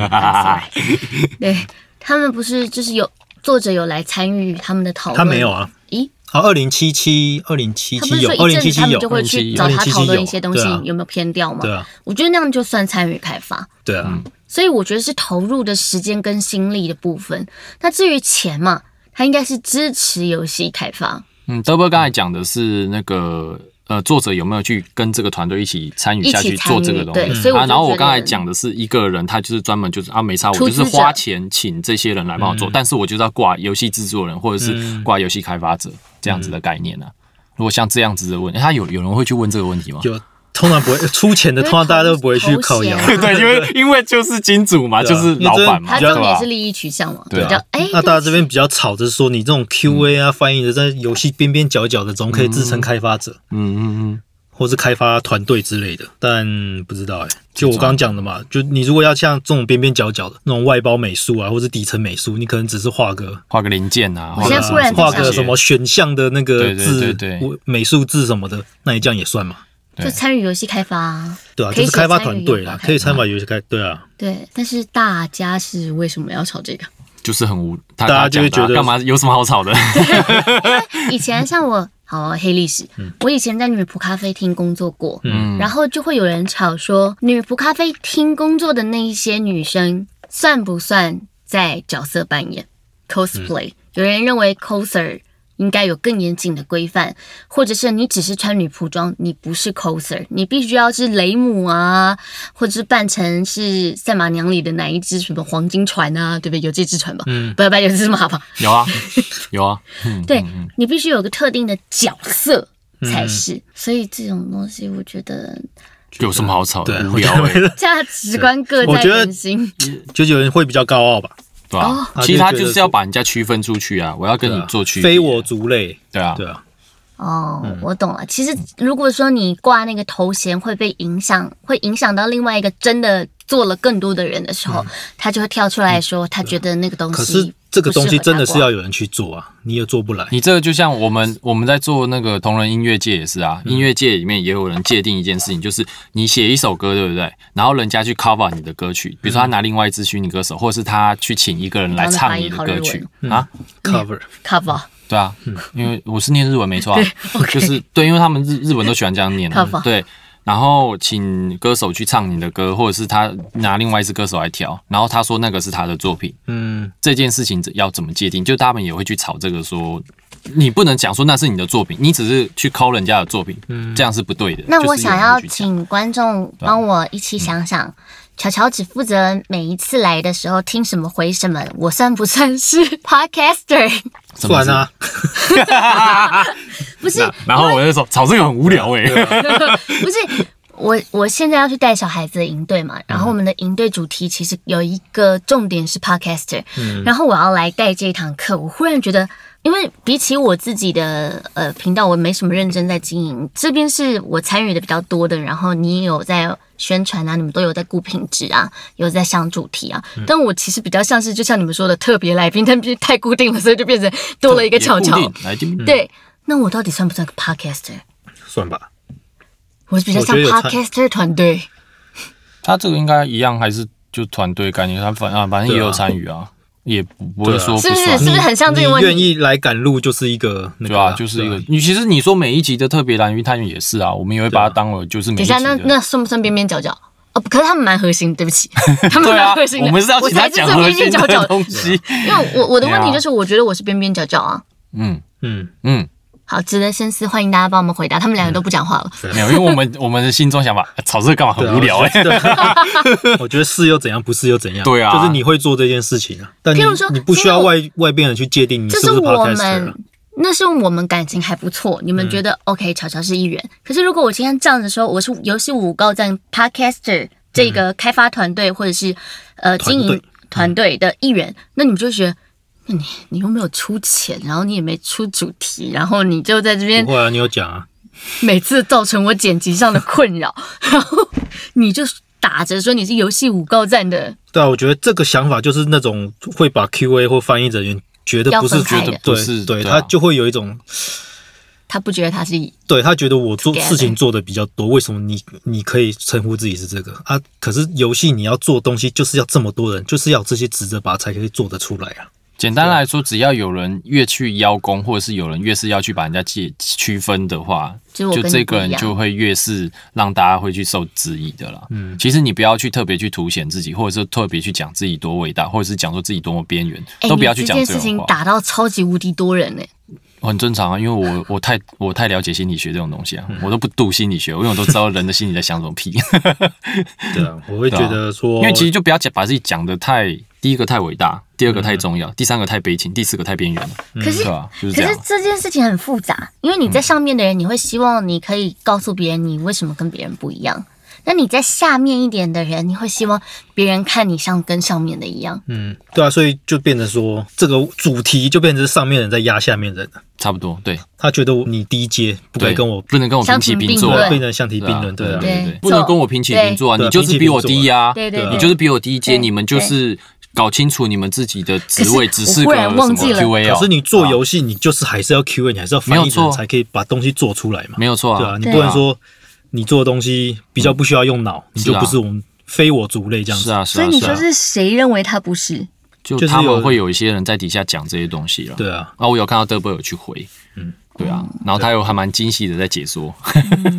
对他们不是就是有作者有来参与他们的讨论，
他没有，啊。
咦，
啊，二零七七，二零七
他不
七
是
有，
说
二
一
零七
阵
七
子他们
有，嗯
就会去找他讨论一些东西有没有偏掉嘛
对？啊，
我觉得那样就算参与开发，
对啊，
嗯
所以我觉得是投入的时间跟心力的部分。那至于钱嘛，他应该是支持游戏开发，
嗯，德波刚才讲的是那个呃，作者有没有去跟这个团队一起参与
一
下去
起
做
参
这个
与，
东
对，
西？
所以我
啊，
就
然后我
觉
刚才
得
讲的是一个人，他就是专门就是啊没差，我
出
就
资
是
者
花钱请这些人来帮我做，但是我就是要挂游戏制作人或者是
嗯
挂游戏开发者这样子的概念啊。如果像这样子的问，哎他有有人会去问这个问题吗？
有通常不会 出钱的，
因为
通常大家都不会去
头
靠
衔
腰
啊。
对，因为因为就是金主嘛，
对啊
就是老板嘛，
他
因为
对
这
重
吧
点是？利益取向嘛，
对啊嗯
比较哎，
那大家这边
对不
比较吵着说，你这种 QA 啊、翻译的，在游戏边边角角的，总可以自称开发者，
嗯嗯嗯，
或是开发团队之类的。但不知道哎、就我刚刚讲的嘛，就你如果要像这种边边角角的那种外包美术啊，或是底层美术，你可能只是画个呃
画个零件啊，
我
画
现
个
在忽然
画
在
个
想
什么选项的那个
对对
字
对对
我美术字什么的，那你这样也算嘛？
起就参与游戏开发啊，
对啊，
可
就
以
是
写
开发
参与
团队
研
啦，
发
可以参与游戏开对啊，
对。但是大家是为什么要吵这个？
就是很无，大
大家就会
讲的
觉
啊
得
干嘛有什么好吵的？
以前像我，好黑历史，我以前在女仆咖啡厅工作过，
嗯
然后就会有人吵说，女仆咖啡厅工作的那一些女生算不算在角色扮演 cosplay？、有人认为 coser 应该有更严谨的规范，或者是你只是穿女仆装，你不是 coser，你必须要是雷姆啊，或者是扮成是赛马娘里的哪一只什么黄金船啊，对不对？有这只船吧？嗯，不要不要，有这只马吧？
有啊，有啊，嗯
对你必须有个特定的角色
嗯
才是。所以这种东西，我觉得
有什么好吵
对
的？
啊，
无
我觉
聊
得
哎，
价值观各
我
在
觉得
人心。
就有人会比较高傲吧，
对吧？
哦
其实他就
他就觉得
是
说
要把人家区分出去啊，我要跟
对
你
啊
做区别，
非我族类，
对啊，
对啊，
哦，
嗯
我懂了。其实如果说你挂那个头衔会被影响，会影响到另外一个真的做了更多的人的时候，他就会跳出来说，他觉得那个东西
嗯可是这个东西真的是
不适合他挂
要有人去做啊，你也做不来。
你这个就像我们我们在做那个同人音乐界也是
嗯
啊，音乐界里面也有人界定一件事情，就是你写一首歌，对不对？然后人家去 cover 你的歌曲，比如说他拿另外一支虚拟歌手，或者是他去请一个人来唱你的歌曲
嗯
啊，
cover
cover
对啊，
嗯
因为我是念日文没错啊， 就是对，因为他们日日文都喜欢这样念啊
cover，
对。然后请歌手去唱你的歌，或者是他拿另外一支歌手来调，然后他说那个是他的作品，
嗯，
这件事情要怎么界定？就他们也会去吵这个说，你不能讲说那是你的作品，你只是去抠人家的作品，这样是不对的。
嗯那
就是
我
有
想
人
要
会去讲
请观众帮我一起想
嗯
想，乔乔只负责每一次来的时候听什么回什么，我算不算是 podcaster？
什么
算啊，
不是
那然后我就说吵这个很无聊哎、
不是，我我现在要去带小孩子的营队嘛，然后我们的营队主题其实有一个重点是 podcaster，、然
嗯
后我要来带这一堂课，我忽然觉得。因为比起我自己的呃频道，我没什么认真在经营，这边是我参与的比较多的，然后你也有在宣传啊，你们都有在顾品质啊，有在想主题啊，
嗯
但我其实比较像是就像你们说的特别来宾，但必须太固定了，所以就变成多了一个嗯巧
也
巧
固。定嗯来这边
对，那我到底算不算个 podcaster？
算吧。
我比较像
我觉得有参
podcaster 团队。
他这个应该一样，还是就团队概念，他反啊反正也有参与啊，也不不会
对啊
说不
是不
算
是。是不是很像这个
你
问
愿
题？
意来赶路就是一个那
对
个啊，
吧？就是一个
对啊，
你其实你说每一集的特别蓝鱼探员也是啊，我们也会把它当为就是每
等
一
一
集
下，那
的
那算不算边边角角？哦，可是他们蛮核心，对不 起，他们
对
蛮
啊
核心，的。
我们是要请
才
他
是
讲
最
核
边
心
边角
的
角，
东西。
因为我我的问
对
题
啊
就是，我觉得我是边边角角啊。
嗯
嗯，
嗯，
好，值得深思，欢迎大家帮我们回答。他们两个都不讲话了，
对啊
没有，因为我们 我们的心中想法，炒这个干嘛
对啊
很无聊哎、。
我觉得啊 我觉得是又怎样，不是又怎样。
对啊
就是你会做这件事情啊，但你
譬如说
你不需要
其实我
外外边人去界定你
这
是不是
我
podcaster 啊
们。那是我们感情还不错，你们觉
嗯
得、OK？巧巧是艺人，可是如果我今天仗着说我是游戏五高赞 Podcaster 这
嗯
个开发团队或者是呃
团
经
队
营团队的艺人，那你们就会觉得。那你你又没有出钱，然后你也没出主题，然后你就在这边
哦
不会啊，你有讲啊，
每次造成我剪辑上的困扰， 然后你就打着说你是游戏五高赞的，
对啊，我觉得这个想法就是那种会把 Q&A 或翻译人员觉得不是
要分开的
对
不是
对
对啊
他就会有一种
他不觉得他是
对他觉得我做
Together
事情做的比较多，为什么你你可以称呼自己是这个啊？可是游戏你要做东西，就是要这么多人，就是要有这些职责把才可以做得出来啊。
简单来说，只要有人越去邀功，或者是有人越是要去把人家界区分的话，
就是我
就
跟
这
你不
个
一
人
样。
就会越是让大家会去受质疑的啦。嗯，其实你不要去特别去凸显自己，或者是特别去讲自己多伟大，或者是讲说自己多么边缘，
哎
都不要去
你
讲
这件事
种
情
话。
打到超级无敌多人呢、
很正常啊，因为我我太我太了解心理学这种东西啊，
嗯
我都不读心理学，因为我都知道人的心里在想什 么屁。
对啊，我会觉得说，
嗯因为其实就不要讲把自己讲的太，第一个太伟大，第二个
嗯
太重要，第三个太悲情，第四个太边缘了，
可是
对吧？就是
可
这样
是。这件事情很复杂，因为你在上面的人，你会希望你可以告诉别人你为什么跟别人不一样。那你在下面一点的人，你会希望别人看你像跟上面的一样。
嗯，对啊，所以就变成说，这个主题就变成是上面人在压下面人了。
差不多，对，
他觉得我你低阶，不
对，
该跟我
不能跟我平起
相提
平
并
坐
论
啊，
变成相提并论，对
对
啊。
对
对，不能跟我平起平坐啊，
对
你就是比我低呀，
对对
对啊
你
对，
就是比我低阶，
对
你们就是搞清楚你们自己的职位
可
只
是
是
我忽
个
然
什么
忘记了
Q&A
可
哦
是，你做游戏，你就是还是要 Q&A，你还是要翻
没
译
有错
人才可以把东西做出来嘛。
没有错
对
啊
啊，，你不能说你做的东西比较不需要用脑，你就不是我们非我族类这样子。
嗯是啊是
所以
啊
你
是
说
啊，
是谁认为他不是？
就
就是
他们
有
会有一些人在底下讲这些东西了，
对啊，
啊，我有看到德伯有去回，嗯，对啊，然后他有还蛮惊喜的在解说，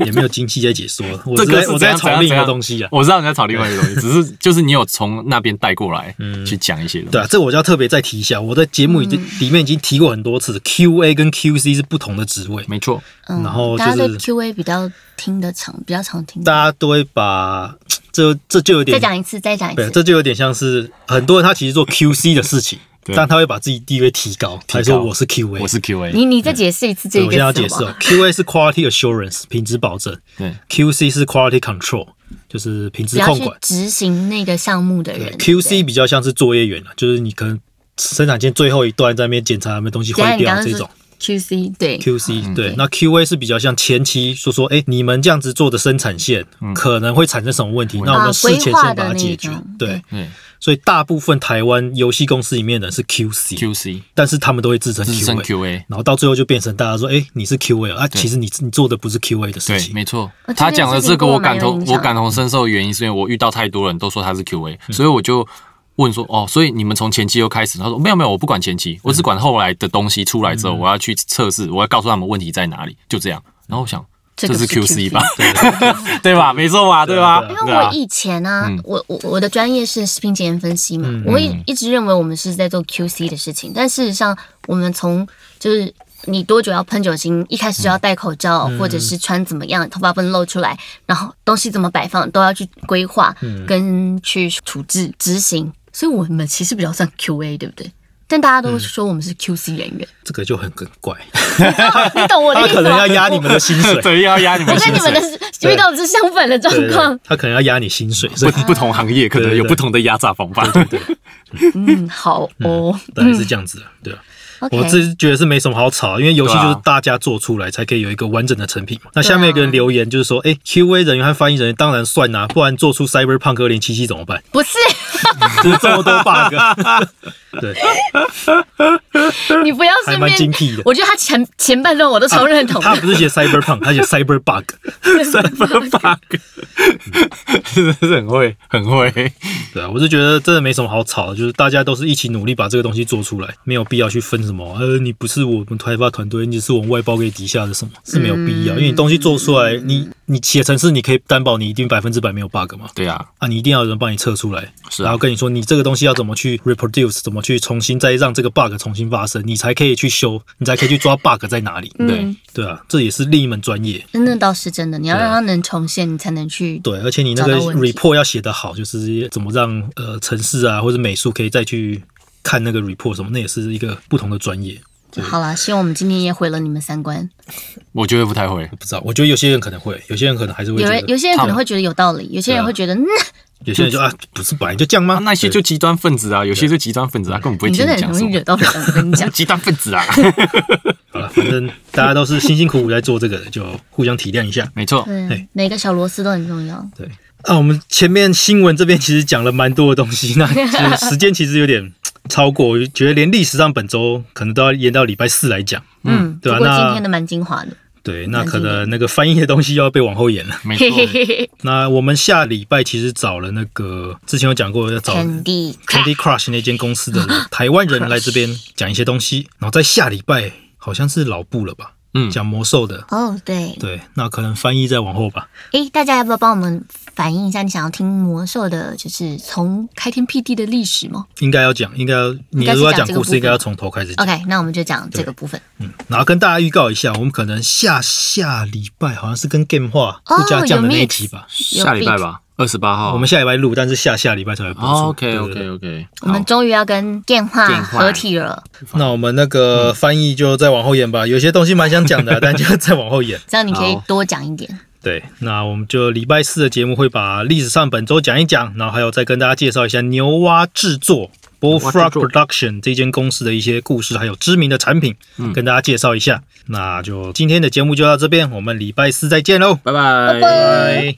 也没有精细在解说，我
这
是
个
在
是
我
怎
在
样怎
炒
样
另一
怎
个
样
东西啊。
我知道你在吵另外一个东西，只是就是你有从那边带过来，去讲一些东
嗯
西
对啊，这我就要特别再提一下，我在节目已
嗯
经里面已经提过很多次，QA 跟 QC 是不同的职位，
没错，
嗯，
然后就
大家对
是
Q&A 比较听得长，比较常听
大
的。
家都会把这这就有
再
点
讲一次，再讲一
对，
次。
这就有点像是很多人他其实做 QC 的事情，
对
但他会把自己地位提高，他说我是 QA，
我是 Q&A，
你你再解释一次这
对
一
我
个
现在
词
要
好不
解
好
释哦，QA 是 Quality Assurance 品质保证
对，
，QC 是 Quality Control 就是品
只
质
要
控
去
管
执行那个项目的
对
人。对
，QC 比较像是作业员了，就是你可能生产线最后一段在那边检查有没有东西
等一下
坏
你刚
掉这
刚是
种。
QC 对
QC 对，那 QA 是比较像前期说说，哎，你们这样子做的生产线可嗯能会产生什么问题，那我
啊
们事前
规划
先
的
把它
那
解决
种。
对
对，
对
所以大部分台湾游戏公司里面的人是 QC，
，QC
但是他们都会自称
资深
QA，
QA。
然后到最后就变成大家说，哎、你是 QA 啊，其实你你做的不是 QA 的事
对，
情。
没错
呃，
他
这件
讲的
事
这
情
个
对我
我感
蛮有
同
影
我
响
感同身受的原因，是因为我遇到太多人都说他是 QA，所以我就问说，哦，所以你们从前期又开始？他说没有没有，我不管前期，我只管后来的东西出来之后，
嗯
我要去测试，我要告诉他们问题在哪里，就这样。然后我想，
这
这
个
是
是 QC
QC 吧？ 对吧？没错吧？对吧？
对
因为
对啊
我以前啊，
嗯
我我我的专业是食品检验分析
嗯
嘛，我一一直认为我们是在做 QC 的事情，但事实上我们从就是你多久要喷酒精，一开始就要戴口罩，
嗯
或者是穿怎么样，头发不能露出来，然后东西怎么摆放都要去规划
嗯
跟去处置执行，所以我们其实比较算 QA，对不对？但大家
嗯
都说我们是 QC 人 员，
这个就很很怪，
你懂我的
他
意思
可能
吗
要？压你们的 薪水，
对，要压你们
我
薪
跟你
水
们的是遇到的是相反的状
对对
况
对，他可能要压你薪水， 所以
不不同行业可能
对对
有
对
不同的压榨方法。
嗯，好哦，
大概是这样子的，对啊吧？
OK
我自己觉得是没什么好吵，因为游戏
对啊
就是大家做出来才可以有一个完整的成品嘛。那下面有个人留言就是说，哎、q a 人员和翻译人员当然算啦、不然做出 Cyberpunk 2077怎么办？
不是。
就是这么多 bug，对，
你不要
还
顺
蛮精辟
便。
的。啊
我觉得他前前半段我都超认同的，
他不是写 Cyberpunk，他写 Cyberbug，
bug，真的 是很会，很会。
对啊，我是觉得真的没什么好吵的，就是大家都是一起努力把这个东西做出来，没有必要去分什么，呃，你不是我们开发团队，你是我们外包给底下的什么是没有必要，因为你东西做出来，你你写程式，你可以担保你一定百分之百没有 bug 嘛。
对啊，
啊，你一定要有人帮你测出来，
是啊
然后跟你说你这个东西要怎么去 reproduce，怎么去重新再让这个 bug 重新发生，你才可以去修，你才可以去抓 bug 在哪
嗯
里。
对，
对啊，这也是另一门专业。
那倒是真的，你要让它能重现，你才能去。
对，而且你那个
找到问题
report 要写得好，就是怎么让呃城市啊或者美术可以再去看那个 report 什么，那也是一个不同的专业。
好啦，希望我们今天也毁了你们三观。
我觉得不太会。
不知道，我觉得有些人可能会，有些人可能还是会
有
觉
人
得，
有些人可能会觉得有道理，有些人会觉得，嗯，
有些人就啊不是本来就这样吗
啊，？那些就极端分子啊，有些就极端分子啊，根本不会
嗯你
听
真的很
你讲
容
什
易
么
惹。到人。我跟你
，
讲
极端 分子啊，
好了，反正大家都是辛辛苦苦在做这个，就互相体谅一下。
没错，
嘿
对，每个小螺丝都很重要。
对啊，我们前面新闻这边其实讲了蛮多的东 西，那就是时间其实有点超过，我觉得连历史上本周可能都要延到礼拜四来讲。
嗯，
对啊
不过
那
今天的蛮精华的。
对，那可能那个翻译的东西又要被往后延了。
没错
嘿，嘿嘿嘿
那我们下礼拜其实找了那个之前有讲过要找
，Candy
Candy Crush 那间公司的 人台湾人来这边讲一些东西，然后在下礼拜好像是老布了吧，
嗯
讲魔兽的，
哦，对，
对，那可能翻译再往后吧。
诶，大家要不要帮我们反映一下，你想要听魔兽的，就是从开天辟地的历史吗
应该要讲，应该要你
该是
如果要
讲
讲
这个
故
部
事，应该
分
要从头开始讲。
？OK，那我们就讲这个部分。
然后跟大家预告一下，我们可能下下礼拜好像是跟 Game 化
哦
不加酱的
有
那一
mix
集吧，
有
下礼拜吧，二十八号，
我们下礼拜录，但是下下礼拜才会播出。
哦 OK
对对
OK
对
OK，
我们终于要跟电话
电话
合体了，
那我们那个翻译就再往后延吧，有些东西蛮想讲 的，但就再往后延。
这样你可以
好
多讲一点。
对，那我们就礼拜四的节目会把历史上本周讲一讲，然后还有再跟大家介绍一下牛蛙制作 Bullfrog
蛙制作
Production 这间公司的一些故事，还有知名的产品，跟大家介绍一下。那就今天的节目就到这边，我们礼拜四再见喽，
拜拜。
拜。